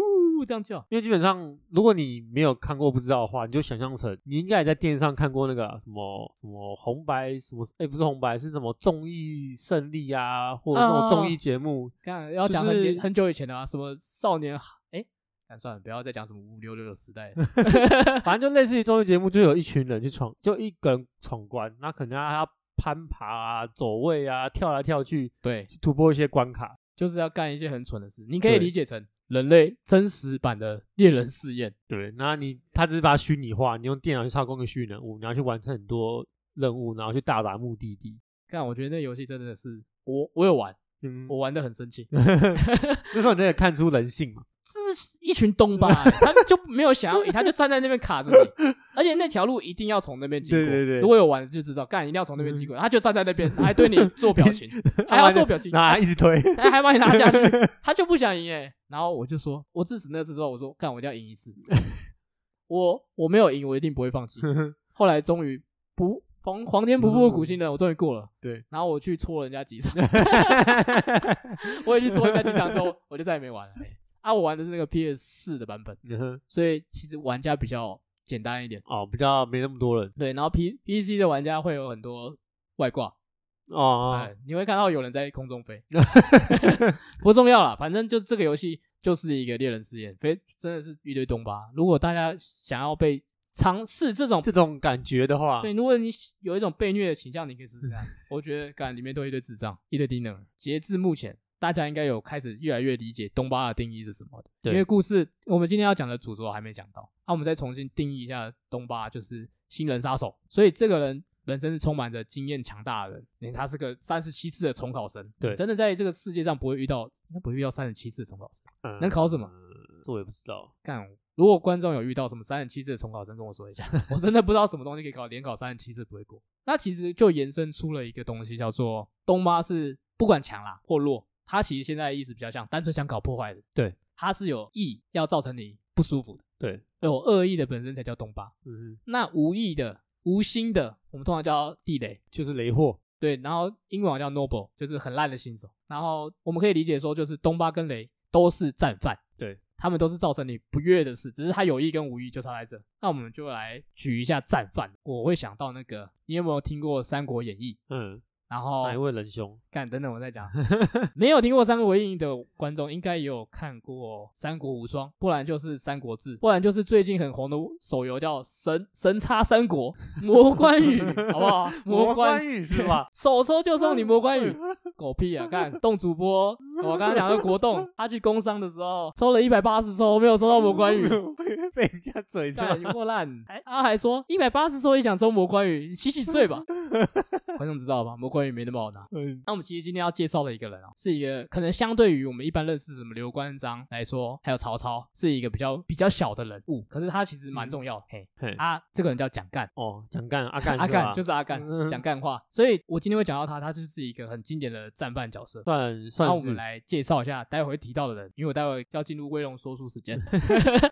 S1: 这样叫。
S2: 因为基本上，如果你没有看过不知道的话，你就想象成你应该也在电视上看过那个啊什么什么红白什么，哎、不是红白，是什么综艺胜利啊，或者是什么综艺节目，
S1: 看要讲很、
S2: 就是
S1: 很久以前的啊，什么少年哎，那算了，不要再讲什么五五六六的时代了。
S2: 反正就类似于综艺节目，就有一群人去闯，就一个人闯关，那可能他攀爬啊、走位啊、跳来跳去，
S1: 对，
S2: 去突破一些关卡。
S1: 就是要干一些很蠢的事，你可以
S2: 对
S1: 理解成人类真实版的猎人试验。
S2: 对，那你他只是把它虚拟化，你用电脑去操控一个虚拟人物，你要去完成很多任务，然后去到达目的地。
S1: 看，我觉得那游戏真的是我我有玩，
S2: 嗯，
S1: 我玩的很生气。
S2: 这时候你就可以看出人性嘛。
S1: 这是一群东 巴、欸，他就没有想要赢，他就站在那边卡着你，而且那条路一定要从那边经过。
S2: 对对对嗯
S1: 如果有玩的就知道，干一定要从那边经过，他就站在那边，还对你做表情， 还
S2: 他
S1: 要
S2: 把
S1: 做
S2: 你
S1: 表情，啊
S2: 那
S1: 还
S2: 一直推，
S1: 还还把你拉下去，他就不想赢哎、然后我就说，我自此那次之后，我说干，我一定要赢一 次，我我没有赢，我一定不会放弃。后来终于不黄黄天不负苦心人，我终于过了。
S2: 嗯对，
S1: 然后我去戳人家 几场， 我也去戳人家几场之后，我就再也没玩了、欸。啊，我玩的是那个 PS 四的版本，
S2: 嗯哼
S1: 所以其实玩家比较简单一点。
S2: 哦，比较没那么多人
S1: 对，然后 P P C 的玩家会有很多外挂，
S2: 哦，
S1: 哎，你会看到有人在空中 飞， 不重要啦，反正就这个游戏就是一个猎人试验，非真的是一堆东巴。如果大家想要被尝试这种
S2: 这种感觉的话，
S1: 对，如果你喜有一种被虐的倾向，你可以试试看。我觉得，感里面都一堆智障，一堆低能儿。截至目前，大家应该有开始越来越理解东巴的定义是什么的。
S2: 对
S1: 因为故事我们今天要讲的主轴还没讲到，那、我们再重新定义一下东巴，就是新人杀手。所以这个人本身是充满着经验强大的人，因为他是个三十七次的重考生。
S2: 对
S1: 真的在这个世界上不会遇到，应该不会遇到三十七次的重考生。
S2: 嗯
S1: 能考什么？
S2: 嗯这我也不知道。
S1: 干，如果观众有遇到什么三十七次的重考生，跟我说一下，我真的不知道什么东西可以考，连考三十七次不会过。那其实就延伸出了一个东西，叫做东妈是不管强啦或弱，他其实现在的意思比较像单纯想搞破坏的，
S2: 对，
S1: 他是有意要造成你不舒服的，
S2: 对，
S1: 有恶意的本身才叫东巴，
S2: 嗯哼，
S1: 那无意的、无心的，我们通常叫地雷。
S2: 就是雷货，
S1: 对，然后英文好像叫 noble，就是很烂的新手。然后我们可以理解说，就是东巴跟雷都是战犯，
S2: 对
S1: 他们都是造成你不悦的事，只是他有意跟无意就差在这。那我们就来举一下战犯，我会想到那个，你有没有听过《三国演义》？
S2: 嗯，
S1: 然后
S2: 哪一位仁兄？
S1: 干等等，我再讲。没有听过《三国演义》的观众，应该也有看过《三国无双》，不然就是《三国志》，不然就是最近很红的手游叫《神神叉三国》魔关羽，好不好？ 关？
S2: 羽是吧
S1: 手抽就送你魔关
S2: 嗯
S1: 羽，狗屁啊！看动主播，我刚刚讲的国栋， 他去工商的时候抽了一百八十抽，没有抽到魔关 羽，
S2: 被被人家嘴是吧
S1: 哎干？有够烂！还他还说一百八十抽也想抽魔关羽，你洗洗睡吧。观众知道吧？魔关羽没那么好拿。
S2: 嗯，
S1: 那我们其实今天要介绍的一个人啊，是一个可能相对于我们一般认识什么刘关张来说，还有曹操，是一个比较比较小的人物，可是他其实蛮重要的。嘿，
S2: 嘿，
S1: 啊，这个人叫蒋干。
S2: 哦，蒋干，阿干，
S1: 阿干就是是阿干
S2: 嗯
S1: 讲干话，所以我今天会讲到他，他就是一个很经典的战犯角色。
S2: 算
S1: 那
S2: 算
S1: 我们
S2: 是
S1: 来介绍一下待会会提到的人，因为我待会要进入威龙说书时 间，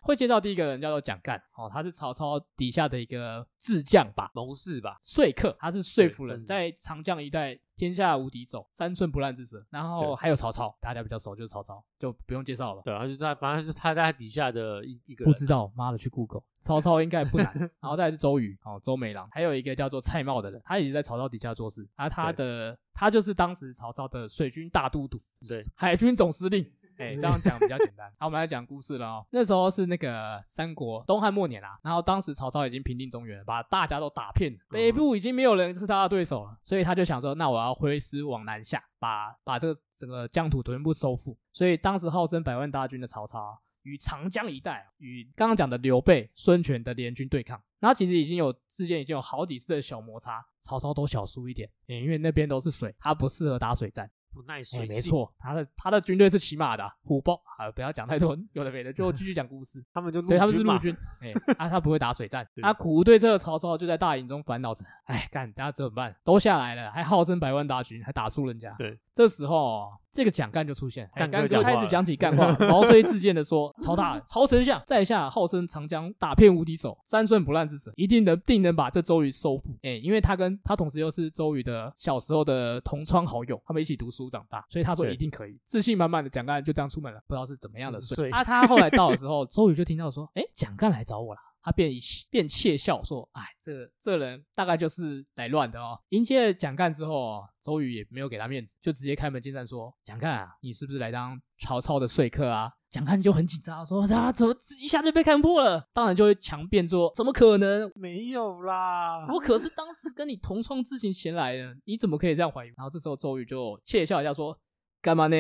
S1: 会介绍第一个人叫做蒋干，哦，他是曹操底下的一个智将吧，
S2: 谋士吧，
S1: 说客，他是说服
S2: 对算
S1: 人，
S2: 是
S1: 在长江一带天下无敌手，三寸不烂之舌。然后
S2: 对
S1: 还有曹操，大家比较熟就是曹操，就不用介绍了吧。
S2: 对，啊他就在，反正就是他在他底下的一一个
S1: 不
S2: 人，啊
S1: 知道，妈的，去 Google。曹操应该不难，然后再来是周瑜，哦，周美郎，还有一个叫做蔡瑁的人，他也是在曹操底下做事，啊，他的他就是当时曹操的水军大都督，
S2: 对，
S1: 海军总司令。哎、 这样讲比较简单。好，我们来讲故事了哦。那时候是那个三国东汉末年啊，然后当时曹操已经平定中原了，把大家都打遍了，北部已经没有人是他的对手了，所以他就想说，那我要挥师往南下，把把这个整个疆土全部收复。所以当时号称百万大军的曹操啊，与长江一带啊与刚刚讲的刘备、孙权的联军对抗。然后其实已经有之间已经有好几次的小摩擦，曹操都小输一点，哎因为那边都是水，他不适合打水战。
S2: 不耐
S1: 哎，
S2: 水，
S1: 没，错，他的他的军队是骑马的啊、虎豹啊，不要讲太多有的没的，就继续讲故事。
S2: 他们就
S1: 对，他们是
S2: 嘛，
S1: 陆，军，哎、 啊，他不会打水战
S2: 对
S1: 啊，苦无对策的曹操就在大营中烦恼着，哎，干，大家怎么办？都下来了，还号称百万大军，还打输人家。
S2: 对，
S1: 这时候哦这个蒋干就出现，哎
S2: 干哥
S1: 干
S2: 讲
S1: 哥开
S2: 话
S1: 始
S2: 了
S1: 讲起 干话，毛遂自荐的说：“曹大人，曹丞相，在下号称长江打遍无敌手，三寸不烂之舌，一定能定能把这周瑜收复。”哎，因为他跟他同时又是周瑜的小时候的同窗好友，他们一起读书长大，所以他说
S2: 对嗯
S1: 一定可以，自信满满的蒋干就这样出门了，不知道是怎么样的
S2: 睡
S1: 睡。啊，他后来到的时候，周瑜就听到说：“哎，蒋干来找我了。”他便一气便窃笑说：“哎，这这人大概就是来乱的哦。”迎接了蒋干之后哦，周瑜也没有给他面子，就直接开门见山说：“蒋干啊，你是不是来当曹操的说客啊？”蒋干就很紧张，说：“他怎么一下就被看破了？”当然就会强辩说：“怎么可能？
S2: 没有啦，
S1: 我可是当时跟你同窗之情前来的，你怎么可以这样怀疑？然后这时候周瑜就窃笑一下说：“干嘛呢？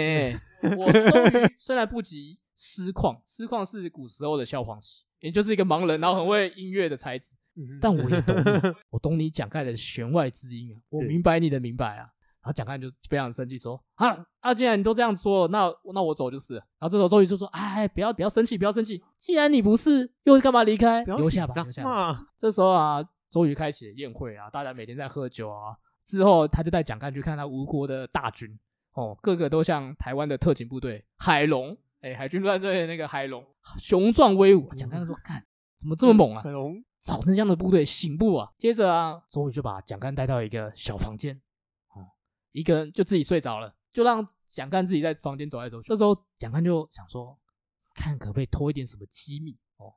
S1: 我周瑜虽然不及师旷，师旷是古时候的萧煌奇，也就是一个盲人，然后很会音乐的才子，
S2: 嗯
S1: 但我也懂你， 我懂你蒋干的弦外之音啊，我
S2: 对
S1: 明白你的明白啊。”然后蒋干就非常生气说：“啊啊，既然你都这样说了，那那我走就是了。”然后这时候周瑜就说：“哎，不要不要生气，不要生气，既然你不是，又干嘛离开？
S2: 不要
S1: 留下吧，
S2: 紧
S1: 留下
S2: 张
S1: 吧。”
S2: 嘛，
S1: 这时候啊，周瑜开启了宴会啊，大家每天在喝酒啊。之后，他就带蒋干去看他吴国的大军哦，个个都像台湾的特警部队海龙，哎，海军陆战队的那个海龙，啊雄壮威武。蒋干说：“看，怎 么这么猛啊？
S2: 很龙，
S1: 早丞相的部队醒步啊！”接着啊，周瑜就把蒋干带到一个小房间，哦，一个人就自己睡着了，就让蒋干自己在房间走来走去。这时候，蒋干就想说，看可不可以偷一点什么机密哦，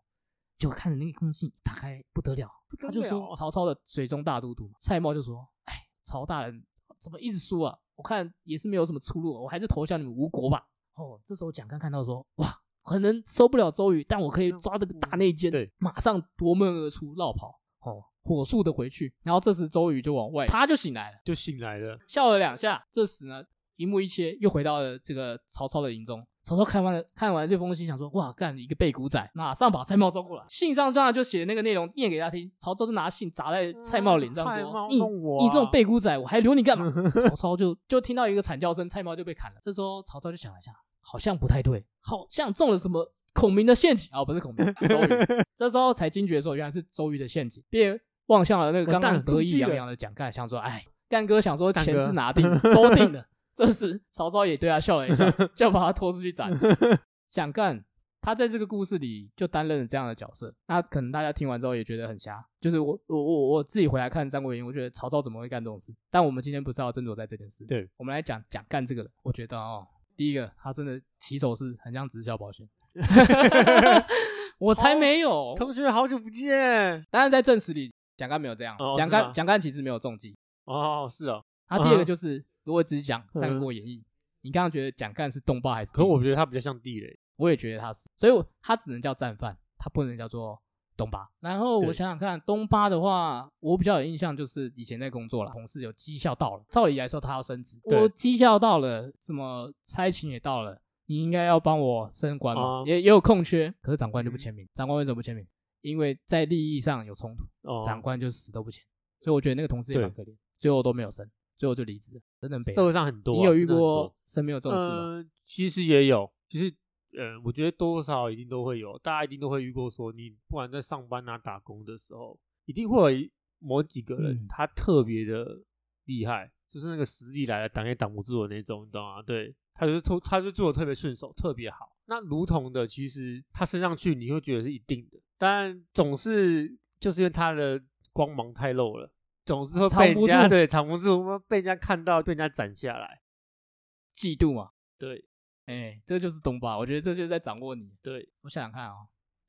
S1: 就看那封信打开，不得了。他就说曹操的水中大都督嘛，蔡瑁就说：“哎，曹大人怎么一直输啊？我看也是没有什么出路，我还是投降你们吴国吧。”哦，这时候蒋干看到说：“哇，可能收不了周瑜，但我可以抓这个大内奸，
S2: 对，
S1: 马上夺门而出，绕跑。”哦，火速的回去。然后这时周瑜就往外，他就醒来了，
S2: 就醒来了，
S1: 笑了两下。这时呢，一幕一切，又回到了这个曹操的营中。曹操看完了看完这封信，想说：“哇，干一个背骨仔！”马上把蔡瑁招过来。信上当然就写那个内容念给他听。曹操就拿信砸在蔡瑁脸上
S2: 嗯蔡
S1: 说：“
S2: 瑁
S1: 你
S2: 弄我啊
S1: 你这种背骨仔，我还留你 干嘛？”曹操就就听到一个惨叫声，蔡瑁就被砍了。这时候曹操就想了一下，好像不太对，好像中了什么孔明的陷阱啊、不是孔明，周 瑜。这时候才惊觉说，原来是周瑜的陷阱，便望向了那个刚
S2: 完蛋了
S1: 刚得意
S2: 中计了
S1: 洋洋的蒋干，想说：“哎，干哥想说
S2: 干
S1: 钱
S2: 哥
S1: 是拿定了收定了。”这时曹操也对他笑了 一下，就把他拖出去斩。蒋干他在这个故事里就担任了这样的角色，那可能大家听完之后也觉得很瞎。就是我我我我自己回来看《三国演义》，我觉得曹操怎么会干这种事？但我们今天不是要斟酌在这件事。
S2: 对，
S1: 我们来讲蒋干这个人，我觉得哦，第一个他真的起手是很像直销保 险，我才没有。
S2: 同学好久不见，
S1: 当然在正史里，蒋干没有这样
S2: 哦，
S1: 蒋
S2: 是
S1: 干
S2: 吗
S1: 蒋干其实没有中计，
S2: 哦，是哦，
S1: 他啊第二个
S2: 嗯哼嗯
S1: 就是，如果只讲《三国演义》，你刚刚觉得蒋干是东霸还是帝？
S2: 可我觉得他比较像地雷，
S1: 我也觉得他是，所以我他只能叫战犯，他不能叫做东巴。然后
S2: 对
S1: 我想想看，东巴的话，我比较有印象就是以前在工作啦，同事有绩效到了，照理来说他要升职，
S2: 对
S1: 我绩效到了，什么差勤也到了，你应该要帮我升官嘛，
S2: 啊
S1: 也也有空缺，可是长官就不
S2: 嗯
S1: 签名，长官为什么不签名？因为在利益上有冲突，
S2: 哦，
S1: 长官就死都不签，所以我觉得那个同事也蛮可怜。最后都没有升，最后就离职了，真的很悲哀
S2: 社。会上很多啊、
S1: 你有遇
S2: 真的很多
S1: 过身边有这种事吗？
S2: 呃，其实也有，其实呃，我觉得多多少少一定都会有，大家一定都会遇过说，你不管在上班啊、打工的时候，一定会有一某几个人、
S1: 嗯
S2: 他特别的厉害，就是那个实力来了挡也挡不住的那种，你懂吗？对，他就是做，他就做的特别顺手，特别好。那如同的，其实他升上去，你会觉得是一定的，但总是就是因为他的光芒太露了。总是会被
S1: 藏
S2: 人
S1: 不
S2: 家
S1: 住
S2: 对藏不住，被人家看到，被人家斩下来。
S1: 嫉妒嘛，
S2: 对
S1: 哎、这就是懂吧？我觉得这就是在掌握你。
S2: 对，
S1: 我想想看哦，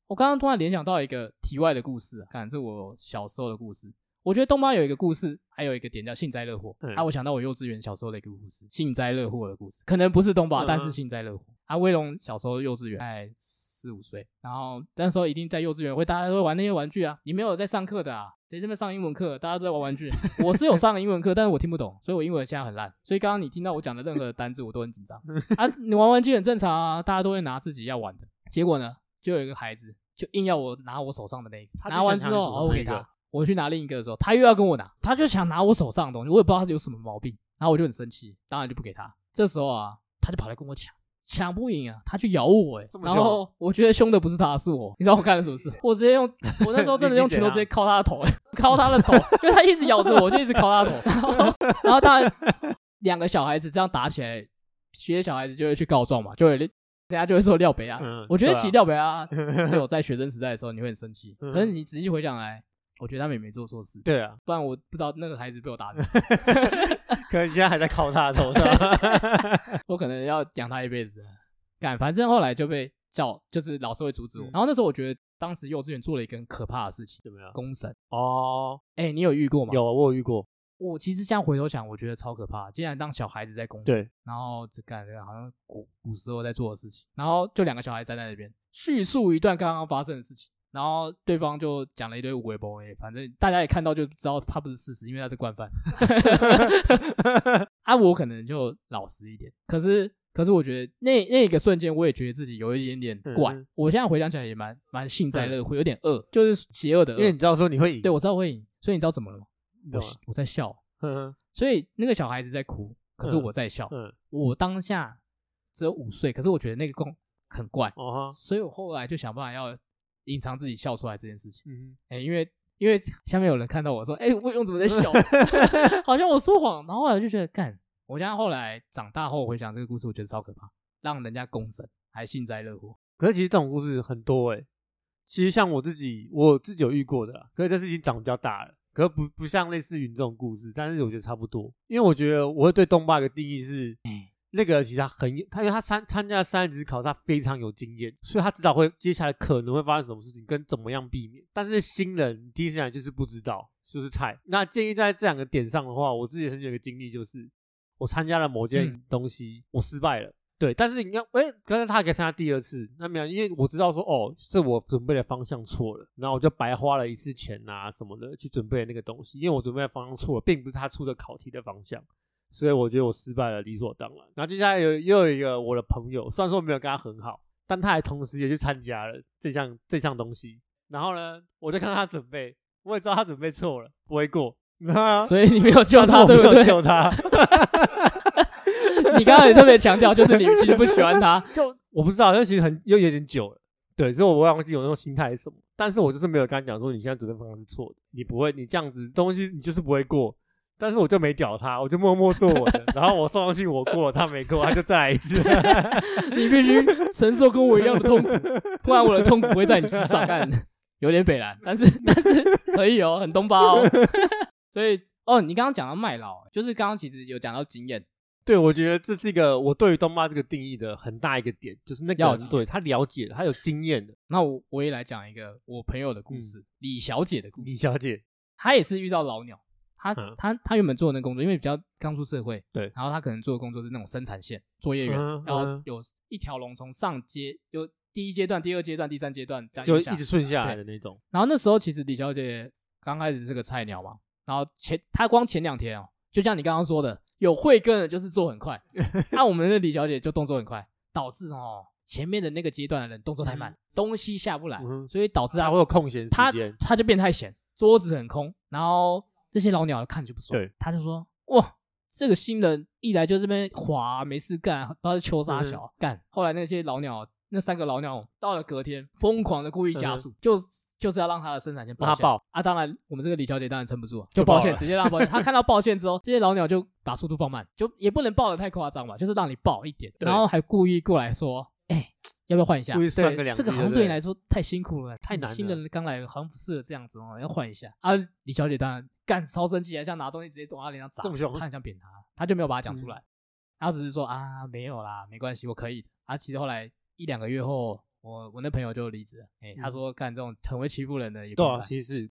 S1: 我刚刚突然联想到一个题外的故事、啊，看这我小时候的故事。我觉得东妈有一个故事，还有一个点叫幸灾乐祸。
S2: 嗯
S1: 啊，我想到我幼稚园小时候的一个故事，幸灾乐祸的故事，可能不是东
S2: 嗯
S1: 巴，
S2: 嗯
S1: 但是幸灾乐祸。啊，威龙小时候幼稚园，哎，四五岁，然后那时候一定在幼稚园会大家都会玩那些玩具啊，你没有在上课的啊，谁这边上英文课，大家都在玩玩具。 我是有上英文课，但是我听不懂，所以我英文现在很烂。所以刚刚你听到我讲的任何的单字，我都很紧张。啊，你玩玩具很正常啊，大家都会拿自己要玩的。结果呢，就有一个孩子就硬要我拿我手上的那个，
S2: 他就
S1: 拿完之
S2: 想
S1: 后，
S2: 拿你手上
S1: 哦，我
S2: 那
S1: 给
S2: 一个
S1: 他，我去拿另一个的时候，他又要跟我拿，他就想拿我手上的东西，我也不知道他有什么毛病，然后我就很生气，当然就不给他。这时候啊，他就跑来跟我抢。抢不赢啊，他去咬我哎、
S2: 这么
S1: 然
S2: 凶
S1: 后我觉得凶的不是他，是我。你知道我干了什么事？我直接用，我那时候真的
S2: 你你
S1: 用拳头
S2: 怎样
S1: 直接敲他的头、欸，敲他的头，因为他一直咬着我，我就一直敲他的头。 然后，然后当然两个小孩子这样打起来，学小孩子就会去告状嘛，就会人家就会说廖北啊。
S2: 嗯
S1: 我觉得
S2: 对啊
S1: 其实廖北 啊，只有在学生时代的时候你会很生气，
S2: 嗯
S1: 可是你仔细回想来，我觉得他们也没做错事，
S2: 对啊，
S1: 不然我不知道那个孩子被我打的，
S2: 可能现在还在靠他的头上。
S1: 我可能要养他一辈子。啊干，反正后来就被叫，就是老师会阻止我。
S2: 嗯
S1: 然后那时候我觉得当时幼稚园做了一个很可怕的事情，
S2: 怎么样？
S1: 公审。
S2: 哦，
S1: 哎、你有遇过吗？
S2: 有啊，我有遇过。
S1: 我其实这样回头想，我觉得超可怕，竟然让小孩子在公司，
S2: 对，
S1: 然后只干这个好像古古时候在做的事情，然后就两个小孩站在那边叙述一段刚刚发生的事情，然后对方就讲了一堆无为不为，反正大家也看到就知道他不是事实，因为他是惯犯。 啊，我可能就老实一点，可是可是我觉得那那个瞬间，我也觉得自己有一点点怪。
S2: 嗯
S1: 我现在回想起来也蛮蛮幸灾乐祸，有点恶，就是邪恶的
S2: 因为你
S1: 恶。
S2: 知道说你会赢，
S1: 呃对，我知道我会赢，所以你知道怎么了吗？
S2: 你
S1: 我
S2: 懂吗
S1: 我在笑。
S2: 嗯
S1: 所以那个小孩子在哭，可是我在笑。
S2: 嗯，
S1: 我当下只有五岁，可是我觉得那个光很怪，
S2: 哦哈，
S1: 所以我后来就想办法要隐藏自己笑出来这件事情。
S2: 嗯，
S1: 哎、因为因为下面有人看到我说，哎、我用怎么在 笑， 好像我说谎。然后后来我就觉得，干，我家后来长大后回想这个故事，我觉得超可怕，让人家公审还幸灾乐祸。
S2: 可是其实这种故事很多哎、其实像我自己，我自己有遇过的啊，可是这事情长比较大了，可是不不像类似于你这种故事，但是我觉得差不多，因为我觉得我会对东爸的定义是。那个其实他很，他因为他参参加三级考，他非常有经验，所以他知道会接下来可能会发生什么事情，跟怎么样避免。但是新人第一次来就是不知道，就是菜。那建议在这两个点上的话，我自己很有一个经历，就是我参加了某件
S1: 嗯
S2: 东西，我失败了。对，但是你要，哎、可是他还可以参加第二次，那没有，因为我知道说，哦，是我准备的方向错了，然后我就白花了一次钱啊什么的去准备那个东西，因为我准备的方向错了，并不是他出的考题的方向。所以我觉得我失败了，理所当然。然后接下来有又有一个我的朋友，虽然说没有跟他很好，但他还同时也去参加了这项这项东西。然后呢，我就看他准备，我也知道他准备错了，不会过。 啊那
S1: 所以你没有救他，
S2: 但
S1: 对
S2: 是
S1: 不
S2: 我没有
S1: 对？
S2: 救他，
S1: 你刚刚也特别强调，就是你其实不喜欢他，
S2: 就我不知道，因为其实很又有点久了，对，所以我忘记我那种心态是什么。但是我就是没有跟他讲说你现在准备方向是错的，你不会，你这样子东西你就是不会过。但是我就没屌他，我就默默做我的，然后我送上去我过，他没过，他就再来一次。
S1: 你必须承受跟我一样的痛苦，不然我的痛苦会在你之上。干，有点北蓝，但是但是可以哦，很东巴 哦。所以哦，你刚刚讲到麦老，就是刚刚其实有讲到经验，
S2: 对，我觉得这是一个我对于东妈这个定义的很大一个点，就是那个
S1: 了
S2: 人
S1: 解
S2: 对他了解了，他有经验的。
S1: 那我我也来讲一个我朋友的故
S2: 嗯
S1: 事，李小姐的故事。
S2: 李小姐，
S1: 她也是遇到老鸟，她
S2: 嗯
S1: 她她原本做的那工作，因为比较刚出社会，
S2: 对
S1: 然后她可能做的工作是那种生产线作业员，
S2: 嗯
S1: 然后
S2: 嗯
S1: 有一条龙从上阶有第一阶段、第二阶段、第三阶段这样
S2: 就
S1: 下
S2: 一直顺下来的那种。
S1: 然后那时候其实李小姐刚开始是个菜鸟嘛，然后前她光前两天哦，就像你刚刚说的，有慧根的就是做很 快，那、我们的李小姐就动作很快，导致哦前面的那个阶段的人动作太慢，东西下不来，
S2: 嗯
S1: 所以导致
S2: 他
S1: 她
S2: 会有空闲
S1: 她
S2: 时间，
S1: 她就变太闲，桌子很空，然后这些老鸟看着就不爽，
S2: 对，
S1: 他就说哇。这个新人一来就这边滑，没事干，然后就求杀小、
S2: 嗯
S1: 干。后来那些老鸟，那三个老鸟到了隔天，疯狂的故意加速，就就是要让他的生产线爆
S2: 嗯让
S1: 线
S2: 他爆
S1: 啊！当然，我们这个李小姐当然撑不住啊，就
S2: 就
S1: 抱
S2: 爆
S1: 歉，
S2: 了
S1: 直接让抱歉。她看到抱歉 之后，这些老鸟就把速度放慢，就也不能爆的太夸张嘛，就是让你爆一点，
S2: 对
S1: 然后还故意过来说，哎、要不要换一下？
S2: 故意算
S1: 对
S2: 个两
S1: 这个
S2: 句
S1: 好像
S2: 对不
S1: 对你
S2: 对
S1: 来说太辛苦了，
S2: 太
S1: 你
S2: 难
S1: 新
S2: 了
S1: 人刚来好像不适合这样子哦，要换一下啊！李小姐当然干超生气，还啊想拿东西直接往她脸上砸，
S2: 这么凶嗯
S1: 她很想扁她，她就没有把它讲出来，她只是说啊没有啦，没关系，我可以的。啊，其实后来一两个月后，我我那朋友就离职了，哎、他
S2: 嗯
S1: 说干这种很会欺负人的也不
S2: 对
S1: 能
S2: 啊，
S1: 干
S2: 其实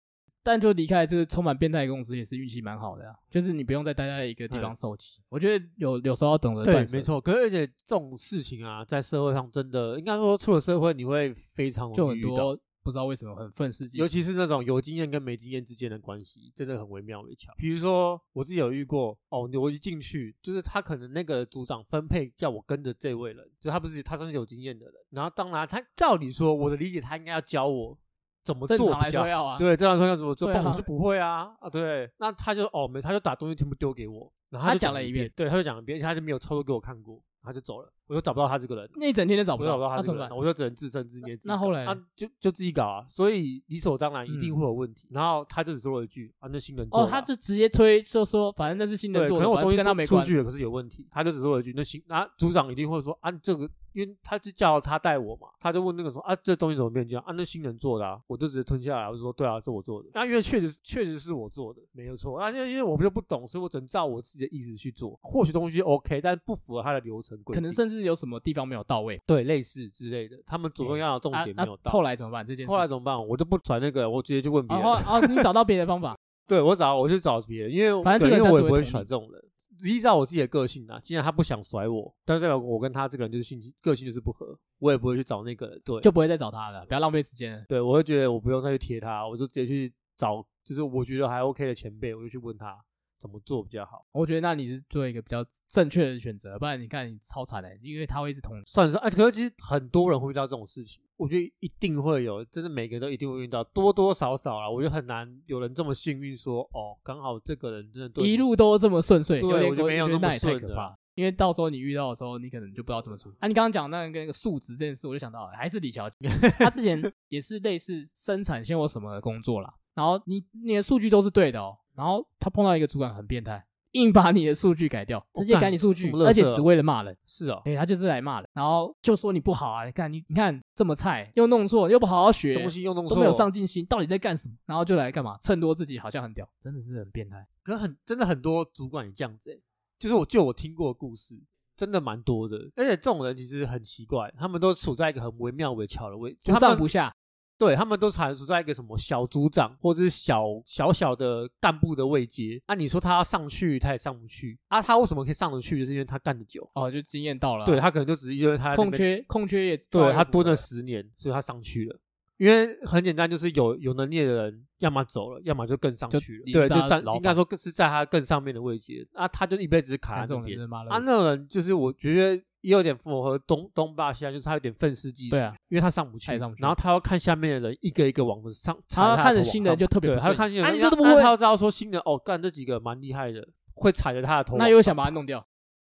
S1: 但就离开这个充满变态的公司也是运气蛮好的、啊，就是你不用再待在一个地方
S2: 嗯
S1: 受气。我觉得有有时候要懂得
S2: 对，
S1: 断舍
S2: 没，错。可是而且这种事情啊，在社会上真的应该说，出了社会你会非常
S1: 就
S2: 容易
S1: 很
S2: 遇到，
S1: 多不知道为什么很愤世嫉
S2: 尤
S1: 俗，
S2: 其是那种有经验跟没经验之间的关系，真的很微妙微巧。比如说我自己有遇过，哦，我一进去就是他可能那个组长分配叫我跟着这位人，就他不是他算是有经验的人，然后当然他照理说我的理解他应该要教我怎么
S1: 正
S2: 做
S1: 常来
S2: 比较
S1: 说要啊，
S2: 对，这样说要怎么做？
S1: 对
S2: 不然
S1: 啊
S2: 我就不会啊啊！对，那他就哦没，他就把东西全部丢给我，然后
S1: 他
S2: 就
S1: 讲了一
S2: 一
S1: 遍，
S2: 对，他就讲了一遍，而且他就没有操作给我看过，他就走了，我就找不到他这个人，
S1: 那一整天嗯都找
S2: 我
S1: 不
S2: 就
S1: 到，
S2: 找不到他
S1: 那
S2: 这
S1: 怎
S2: 个
S1: 么
S2: 人，
S1: 办？
S2: 我就只能自证自灭。自己
S1: 那
S2: 搞
S1: 后来
S2: 啊
S1: 嘞，
S2: 就就自己搞啊，所以理所当然一定
S1: 嗯
S2: 会有问题。然后他就只说了一句啊，那新人做
S1: 哦，
S2: 的
S1: 他
S2: 啊
S1: 就直接推就说，反正那是新人
S2: 对，
S1: 做
S2: 可
S1: 的，
S2: 能我
S1: 反
S2: 东
S1: 正
S2: 西
S1: 跟他没
S2: 出
S1: 关
S2: 出。去了，可是有问题，他就只说了一句那行，那组长一定会说啊这个。因为他是叫他带我嘛，他就问那个说啊，这东西怎么变这样啊？那新人做的啊，我就直接吞下来，我就说对啊，这我做的。那、因为确实确实是我做的，没有错。那、因为因为我们就不懂，所以我只能照我自己的意思去做。或许东西 OK，但不符合他的流程规
S1: 可
S2: 定，
S1: 能甚至有什么地方没有到位，
S2: 对类似之类的。他们主动要的重
S1: 啊
S2: 点没
S1: 啊
S2: 有，到。
S1: 后来怎么办？这件事，
S2: 后来怎么办？我就不传那个，我直接去问别
S1: 哦
S2: 人。
S1: 后哦，你找到别的方法，
S2: 对我找我去找别人，因为
S1: 反正这个人
S2: 对因为
S1: 他
S2: 我
S1: 只
S2: 也不
S1: 会
S2: 会
S1: 捅
S2: 选
S1: 你
S2: 这种人。依照我自己的个性啊，既然他不想甩我，但是代表我跟他这个人就是性情个性就是不合，我也不会去找那个人。对，
S1: 就不会再找他了，不要浪费时间了。
S2: 对我会觉得我不用再去贴他，我就直接去找，就是我觉得还 OK 的前辈，我就去问他怎么做比较好。
S1: 我觉得那你是做一个比较正确的选择，不然你看你超惨的，因为他会一直捅你。
S2: 算是哎，可是其实很多人会遇到这种事情，我觉得一定会有，真的每个人都一定会遇到，多多少少啦，我觉得很难有人这么幸运说哦，刚好这个人真的对你
S1: 一路都这么顺遂，
S2: 对
S1: 有点
S2: 我就没有
S1: 觉得
S2: 那么
S1: 那也太
S2: 顺
S1: 可
S2: 的
S1: 怕了。因为到时候你遇到的时候，你可能就不知道怎么处理。啊，你刚刚讲那个那个数值这件事，我就想到了还是 李小姐，她之前也是类似生产线或什么的工作啦。然后你你的数据都是对的哦，然后她碰到一个主管很变态，硬把你的数据改掉，直接改你数据
S2: 干这么，垃圾
S1: 而且
S2: 哦
S1: 只为了骂人。
S2: 是哦，
S1: 哎，他就是来骂人，然后就说你不好啊，你看你你看这么菜，又弄错，又不好好学，
S2: 东西用弄
S1: 都
S2: 错，
S1: 没有上进心，到底在干什么？然后就来干嘛？衬托自己好像很屌，真的是很变态。
S2: 可很真的很多主管也这样子、欸，就是我就我听过的故事，真的蛮多的。而且这种人其实很奇怪，他们都处在一个很微妙微巧的位置，
S1: 不
S2: 他
S1: 上
S2: 们
S1: 不下，
S2: 对他们都常处在一个什么小组长或者是小小小的干部的位阶。啊，你说他要上去，他也上不去。啊，他为什么可以上得去？就是因为他干得久，
S1: 哦，就经验到了啊、
S2: 对他可能就只是因为他在那边
S1: 空缺空缺也
S2: 对他
S1: 多
S2: 蹲了十年，所以他上去了。因为很简单，就是有有能力的人，要么走了，要么就更上
S1: 就
S2: 去了。
S1: 已经
S2: 对，
S1: 是
S2: 就
S1: 他
S2: 在
S1: 老
S2: 应该
S1: 板
S2: 说更是在他更上面的位阶。啊，他就一辈子是卡
S1: 这
S2: 在那
S1: 种
S2: 边
S1: 人。妈
S2: 啊，那种人就是我觉得也有点符合东东霸西，就是他有点愤世嫉俗，
S1: 对啊，
S2: 因为他上不去，
S1: 他也上不去
S2: 然后他要看下面的人一个一个往上
S1: 然后
S2: 上，
S1: 看着新人就特别
S2: 对，
S1: 不
S2: 他
S1: 顺
S2: 就看
S1: 眼
S2: 新人，
S1: 啊，你这都不
S2: 但
S1: 会
S2: 他，要知道说新人哦，干这几个蛮厉害的，会踩着他的头往上，
S1: 那又想把他弄掉，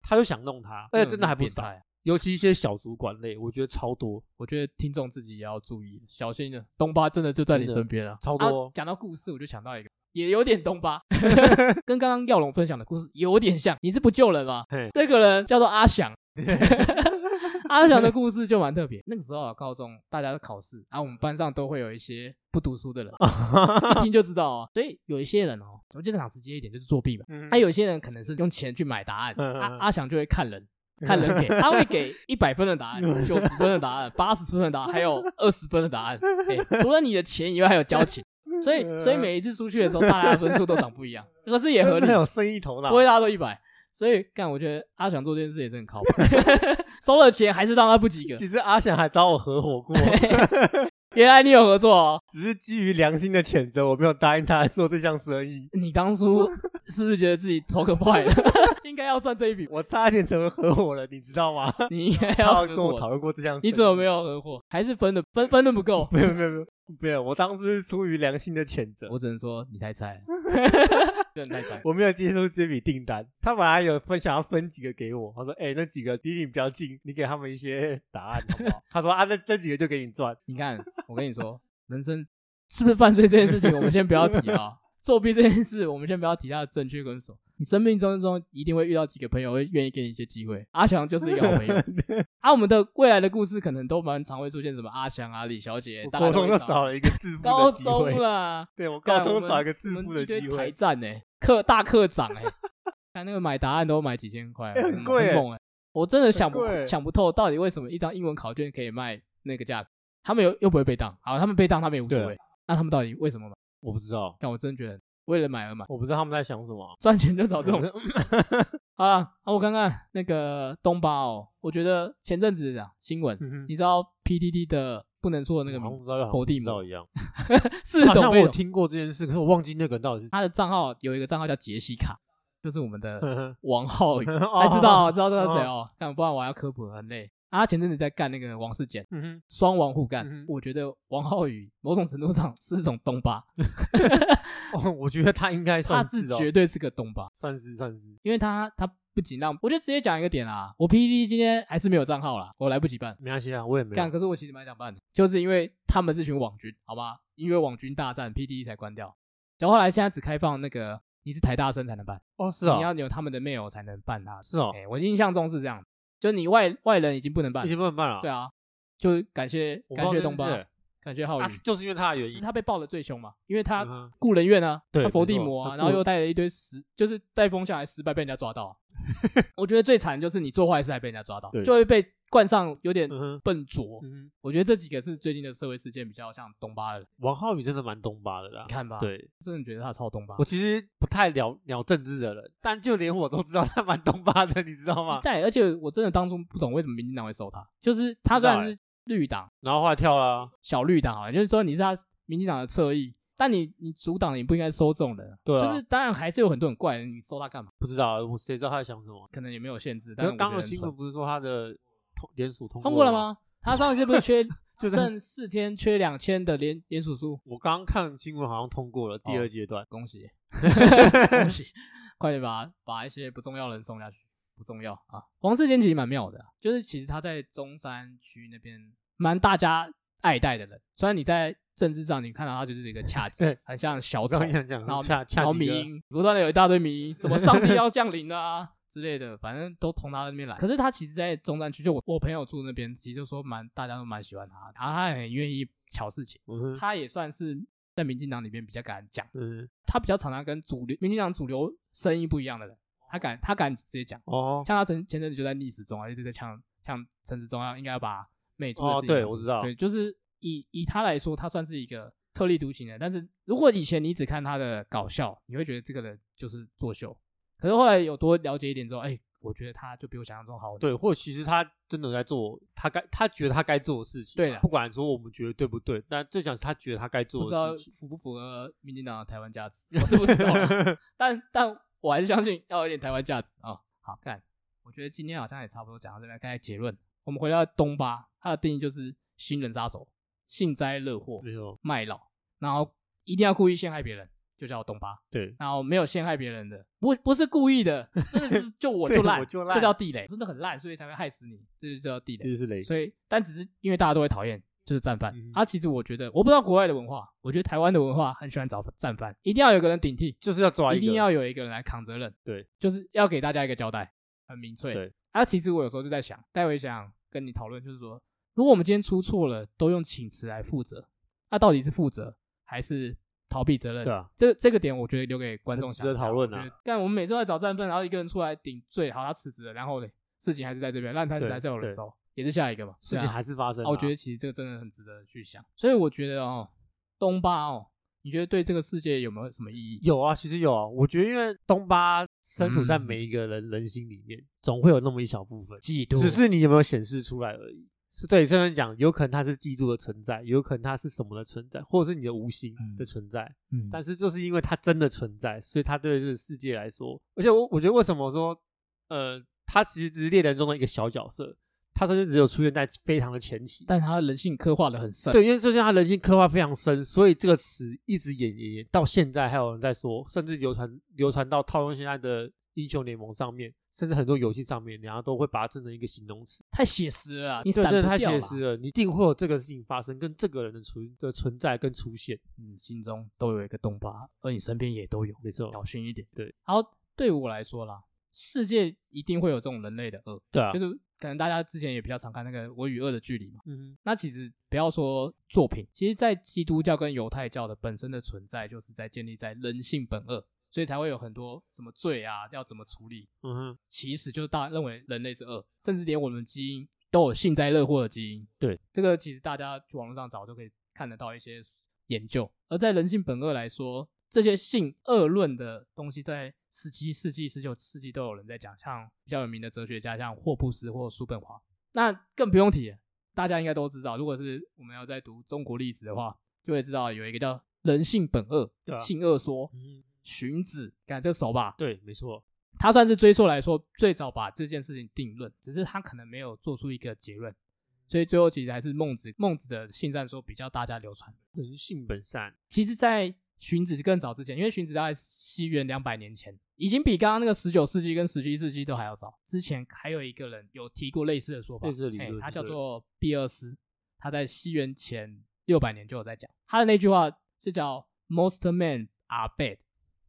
S2: 他就想弄他，而且真的还不
S1: 变
S2: 少，
S1: 态。
S2: 尤其一些小主管类，我觉得超多，
S1: 我觉得听众自己也要注意，小心的东巴真的就在你身边了，
S2: 真的超多
S1: 啊讲、到故事，我就想到一个，也有点东 巴，跟刚刚耀龙分享的故事有点像。你是不救人吗
S2: 嘿？
S1: 这个人叫做阿 翔。阿翔的故事就蛮特别。那个时候啊，高中大家都考试，然、啊、后我们班上都会有一些不读书 的人，一听就知道哦。所以有一些人哦，我就讲直接一点，就是作弊嘛。
S2: 嗯
S1: 还、有一些人可能是用钱去买答案，阿、
S2: 嗯嗯
S1: 啊
S2: 嗯、
S1: 阿翔就会看人，看人给，他会 给一百分的答案、九十分的答案、八十分的答案，还有二十分的答案。哎，除了你的钱以外，还有交 情。所
S2: 嗯
S1: 以，所以每一次出去的时候，大家的分数都长不一样，可是也合理
S2: 真的，有生意头脑
S1: 不。会大家都一百。所以，干，我觉得阿翔做这件事也是很靠谱， 收了钱还是让他不及格。
S2: 其实阿翔还找我合伙过，
S1: 原来你有合作哦，
S2: 只是基于良心的谴责，我没有答应他做这项生意。
S1: 你当初是不是觉得自己头可坏了？ 应该要赚这一笔，
S2: 我差一点成为合伙人，你知道吗？
S1: 你应该
S2: 他
S1: 要
S2: 跟
S1: 合哦
S2: 我
S1: 伙
S2: 讨。论过这 项事。
S1: 你怎么没有合伙？还是分的 分分的不够？
S2: 没有没有没有没有，我当时是出于良心的谴责。
S1: 我只能说你太菜了。真的太惨。
S2: 我没有接收这笔订单。他本来有分想要分几个给我，他说：“哎、那几个离你比较近，你给他们一些答案好不 好？”他说：“啊，那这几个就给你赚。
S1: 你看，我跟你说，人生是不是犯罪这件事情，我们先不要提啊。作弊这件事，我们先不要提它的正确跟否。你生命中中一定会遇到几个朋友会愿意给你一些机会。阿翔就是一个好朋 友啊。我们的未来的故事可能都蛮常会出现什么阿翔啊、李小”姐，
S2: 我
S1: 大家
S2: 高
S1: 都会
S2: 中就
S1: 找
S2: 少了一个致富
S1: 高
S2: 的机
S1: 中
S2: 会，
S1: 啦，
S2: 对我
S1: 干
S2: 高中
S1: 我
S2: 就
S1: 们
S2: 少一个致
S1: 我们
S2: 富的
S1: 一堆
S2: 机
S1: 台
S2: 会。
S1: 站呢、课大课长哎、 看那个买答案都买几千块、
S2: 欸很
S1: 嗯
S2: 贵欸
S1: 猛哎、我真的想不
S2: 很贵欸
S1: 想不透，到底为什么一张英文考卷可以卖那个价格？他们又又不会被当，好，他们被当他们也无所
S2: 对啊
S1: 谓，那他们到底为什么买？
S2: 我不知道，
S1: 但我真的觉得为了买而买，
S2: 我不知道他们在想什么。啊
S1: 赚钱就找哦这种。
S2: 嗯
S1: 好了，啊，我看看那个东巴哦，我觉得前阵子啊新闻，
S2: 嗯
S1: 你知道 PDD 的不能说的那个
S2: 好
S1: 名
S2: 像
S1: 字
S2: 不知道，
S1: 佛地
S2: 不知
S1: 魔
S2: 道 一样。
S1: 是
S2: 好
S1: 懂
S2: 像我
S1: 非
S2: 有
S1: 懂，
S2: 听过这件事，可是我忘记那个人到底是。
S1: 他的账号有一个账号叫杰西卡，就是我们的 王浩宇，
S2: 还
S1: 哎，知道知道知道谁哦，但不然我还要科普很累。啊，他前阵子在干那个王世坚，
S2: 嗯哼，
S1: 双王互干，
S2: 嗯哼
S1: 我觉得王浩宇某种程度上是一种东 巴，
S2: 哦，我觉得他应该
S1: 他
S2: 算
S1: 是
S2: 哦，
S1: 绝对是个东巴，
S2: 算是算是。
S1: 因为他他不仅让，我就直接讲一个点啦，我 PDD 今天还是没有账号啦，我来不及办，
S2: 没关系啊，我也没有
S1: 干，。可是我其实蛮想办的，就是因为他们是群网军，好吗？因为网军大战 PDD 才关掉，然后后来现在只开放那个你是台大生才能办，
S2: 哦，是啊
S1: 你，要有他们的 mail 才能办他，
S2: 是啊，
S1: 哎、我印象中是这样，就你外外人已经不能办
S2: 已，经不能办了。
S1: 对啊，就感谢
S2: 我不知
S1: 感
S2: 道
S1: 谢
S2: 这
S1: 东
S2: 件
S1: 巴
S2: 事，欸
S1: 感谢浩宇，
S2: 啊就是因为他的原
S1: 是
S2: 因。
S1: 他被爆的最凶嘛，因为 他
S2: 嗯哼
S1: 雇人院啊，
S2: 对
S1: 他伏
S2: 没
S1: 地
S2: 错
S1: 魔啊，
S2: 他
S1: 然后
S2: 雇
S1: 又带了一堆失，就是带风向来失败被人家抓到 啊、我觉得最惨就是你做坏事还被人家抓到，
S2: 对
S1: 就会被冠上有点
S2: 嗯哼，
S1: 笨拙。
S2: 嗯哼，
S1: 我觉得这几个是最近的社会事件比较像东巴的人，
S2: 王浩宇真的蛮东巴的啦
S1: 你。看吧，，
S2: 对
S1: 真的觉得他超东巴
S2: 我。其实不太了了政治的人，但就连我都知道他蛮东巴的，你知道吗？
S1: 对，而且我真的当初不懂为什么民进党会收他，就是他
S2: 不知
S1: 虽
S2: 道
S1: 然
S2: 欸
S1: 是绿党，
S2: 然后后来跳了啊，
S1: 小绿党啊，就是说你是他民进党的侧翼，但你你主党你不应该收这种人，
S2: 对啊
S1: 就是当然还是有很多很怪的人，你收他干嘛？
S2: 不知道啊我谁知道他在想什么？
S1: 可能也没有限制，但是
S2: 可是
S1: 我
S2: 刚
S1: 觉
S2: 刚
S1: 得
S2: 新
S1: 很
S2: 闻
S1: 蠢
S2: 不是说他的通联署通
S1: 通过了
S2: 吗？
S1: 吗？他上一次不是缺
S2: 就在
S1: 剩四天缺两千的连连署数，
S2: 我刚刚看新闻好像通过了第
S1: 哦
S2: 二阶段，
S1: 恭喜 恭喜，快点把把一些不重要的人送下去，不重要啊。王世坚其实蛮妙的啊、就是其实他在中山区那边蛮大家爱戴的人，虽然你在政治上你看到他就是一个恰吉
S2: 对，
S1: 很像小
S2: 我
S1: 丑
S2: 刚，刚想讲
S1: 然后
S2: 恰恰
S1: 然后
S2: 几
S1: 迷
S2: 个
S1: 音，不断的有一大堆迷 音，什么上帝要降临啊之类的，反正都从他那边来。可是他其实，在中山区，就我我朋友住那边，其实就说蛮大家都蛮喜欢他，然后他也很愿意瞧事情，
S2: 嗯哼
S1: 他也算是在民进党里面比较敢讲，
S2: 嗯
S1: 他比较常常跟主流民进党主流声音不一样的人，他敢他敢直接讲，
S2: 哦
S1: 像他前前阵子就在逆时钟啊，一直在呛呛陈时中啊，应该要把美猪的
S2: 哦
S1: 事，情
S2: 对
S1: 搞
S2: 我知道，
S1: 对，就是以以他来说，他算是一个特立独行的。但是如果以前你只看他的搞笑，你会觉得这个人就是作秀。可是后来有多了解一点之后，哎、我觉得他就比我想象中好很多。
S2: 对，或者其实他真的在做他该他觉得他该做的事情啊，
S1: 对啦
S2: 不管说我们觉得对不对，但最讲是他觉得他该做
S1: 不知道
S2: 的事情。
S1: 符不符合民进党的台湾价值，我是不知道 啦但但我还是相信要有点台湾价值啊、好，看，我觉得今天好像也差不多讲到这边，该结论。我们回到东巴，它的定义就是新人杀手、幸灾乐祸、
S2: 没有，
S1: 卖老，然后一定要故意陷害别人，就叫东巴。
S2: 对，
S1: 然后没有陷害别人的，不不是故意的，真的 是就我就
S2: 对
S1: 烂，
S2: 我就烂
S1: 这叫地雷，真的很烂，所以才会害死你，这就叫地
S2: 这
S1: 雷。
S2: 就是雷。
S1: 所以，但只是因为大家都会讨厌，就是战犯。
S2: 嗯
S1: 啊，其实我觉得，我不知道国外的文化，我觉得台湾的文化很喜欢找战犯，一定要有个人顶替，
S2: 就是要抓
S1: 一
S2: 一个，
S1: 定要有一个人来扛责任，
S2: 对，
S1: 就是要给大家一个交代，很明确。
S2: 对，
S1: 啊，其实我有时候就在想，待会想跟你讨论，就是说，如果我们今天出错了，都用请辞来负责，那、到底是负责还是逃避责任？
S2: 对啊，
S1: 这这个点我觉得留给观众
S2: 很值
S1: 想
S2: 得讨论啊
S1: 啊。我觉得但我们每次都在找战犯，然后一个人出来顶罪，好，他辞职了，然后嘞，事情还是在这边，烂摊子
S2: 对
S1: 还是有人
S2: 对
S1: 收，也是下一个嘛。
S2: 事
S1: 对
S2: 情
S1: 啊
S2: 还是发生
S1: 啊，
S2: 了啊、
S1: 我觉得其实这个真的很值得去想。所以我觉得哦，东巴哦，你觉得对这个世界有没有什么意义？
S2: 有啊，其实有啊。我觉得因为东巴身处在
S1: 嗯
S2: 每一个人、人心里面，总会有那么一小部分，
S1: 嫉妒，
S2: 只是你有没有显示出来而已。是对，虽然讲有可能它是嫉妒的存在，有可能它是什么的存在，或者是你的无形的
S1: 嗯
S2: 存在。
S1: 嗯，
S2: 但是就是因为它真的存在，所以它对这个世界来说，而且我我觉得为什么说，呃，他其实只是猎人中的一个小角色，他甚至只有出现在非常的前期。
S1: 但他人性刻画的很深，
S2: 对，因为就像他人性刻画非常深，所以这个词一直演演演到现在还有人在说，甚至流传流传到套用现在的英雄联盟上面，甚至很多游戏上面，然后都会把它真成一个形容词。
S1: 太写实了啊，你
S2: 对，
S1: 闪
S2: 真
S1: 不
S2: 的
S1: 掉
S2: 太
S1: 啦
S2: 写实了，你一定会有这个事情发生，跟这个人的存的存在跟出现，
S1: 嗯，心中都有一个洞疤，而你身边也都有，
S2: 没错，
S1: 小心一点。
S2: 对，
S1: 然后对我来说啦，世界一定会有这种人类的恶，
S2: 对啊，
S1: 就是是可能大家之前也比较常看那个《我与恶的距离》嘛。
S2: 嗯
S1: 那其实不要说作品，其实在基督教跟犹太教的本身的存在，就是在建立在人性本恶，所以才会有很多什么罪啊，要怎么处理，
S2: 哼嗯哼，
S1: 其实就是大家认为人类是恶，甚至连我们基因都有幸灾乐祸的基因。
S2: 对，
S1: 这个其实大家去网络上找就可以看得到一些研究。而在人性本恶来说，这些性恶论的东西，在十七世纪、十九世纪都有人在讲，像比较有名的哲学家，像霍布斯或叔本华。那更不用提了，大家应该都知道，如果是我们要在读中国历史的话，就会知道有一个叫人性本恶、
S2: 对啊
S1: 性恶说。
S2: 嗯，
S1: 荀子，感这熟吧？
S2: 对，没错，
S1: 他算是追溯来说最早把这件事情定论，只是他可能没有做出一个结论，所以最后其实还是孟子孟子的性善说比较大家流传。
S2: 人性本善，
S1: 其实，在荀子更早之前，因为荀子大概西元两百年前，已经比刚刚那个十九世纪跟十七世纪都还要早。之前还有一个人有提过类似的说法，
S2: 类似的理
S1: 嘿
S2: 论
S1: 他叫
S2: 对
S1: 做毕厄斯，他在西元前六百年就有在讲他的那句话是叫 “Most men are bad”，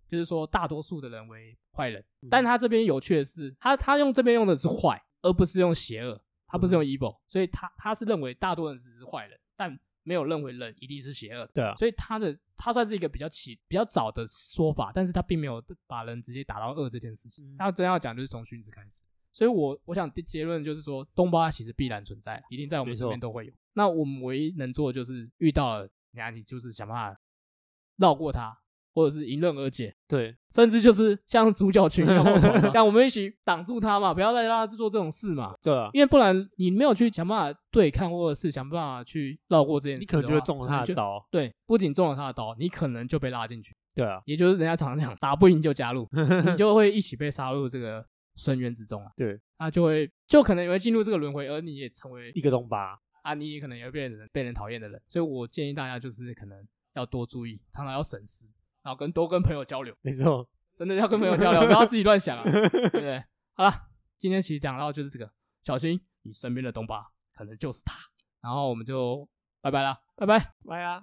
S1: 就是说大多数的人为坏人。
S2: 嗯
S1: 但他这边有趣的是，他他用这边用的是坏，而不是用邪恶，他
S2: 嗯
S1: 不是用 evil，所以他他是认为大多人只是坏人，但没有认为人一定是邪恶的。
S2: 对啊，
S1: 所以他的他算是一个比较起比较早的说法，但是他并没有把人直接打到恶这件事情
S2: 嗯。
S1: 他真要讲就是从荀子开始，所以我我想结论就是说，东巴其实必然存在，一定在我们
S2: 没
S1: 身
S2: 错
S1: 边都会有。那我们唯一能做的就是遇到了，那你就是想办法绕过它，或者是迎刃而解。
S2: 对，
S1: 甚至就是像主角群的后 头嘛，让我们一起挡住他嘛，不要再让他做这种事嘛，
S2: 对啊，
S1: 因为不然你没有去想办法对抗，或者是想办法去绕过这件事
S2: 你
S1: 的话，
S2: 可能就会中了他
S1: 可能
S2: 的
S1: 就
S2: 招，
S1: 对，不仅中了他的刀，你可能就被拉进去，
S2: 对啊，
S1: 也就是人家常常讲打不赢就加入，你就会一起被杀入这个深渊之中啊。
S2: 对，
S1: 那就会就可能也会进入这个轮回，而你也成为
S2: 一个东巴，
S1: 啊，你也可能也会变成被人讨厌的人。所以我建议大家就是可能要多注意，常常要审视，然后跟多跟朋友交流，
S2: 没错，
S1: 真的要跟朋友交流，不要自己乱想啊，对不对？好了，今天其实讲到就是这个，小心你身边的东巴可能就是他。然后我们就拜拜啦，拜拜。
S2: 拜啊。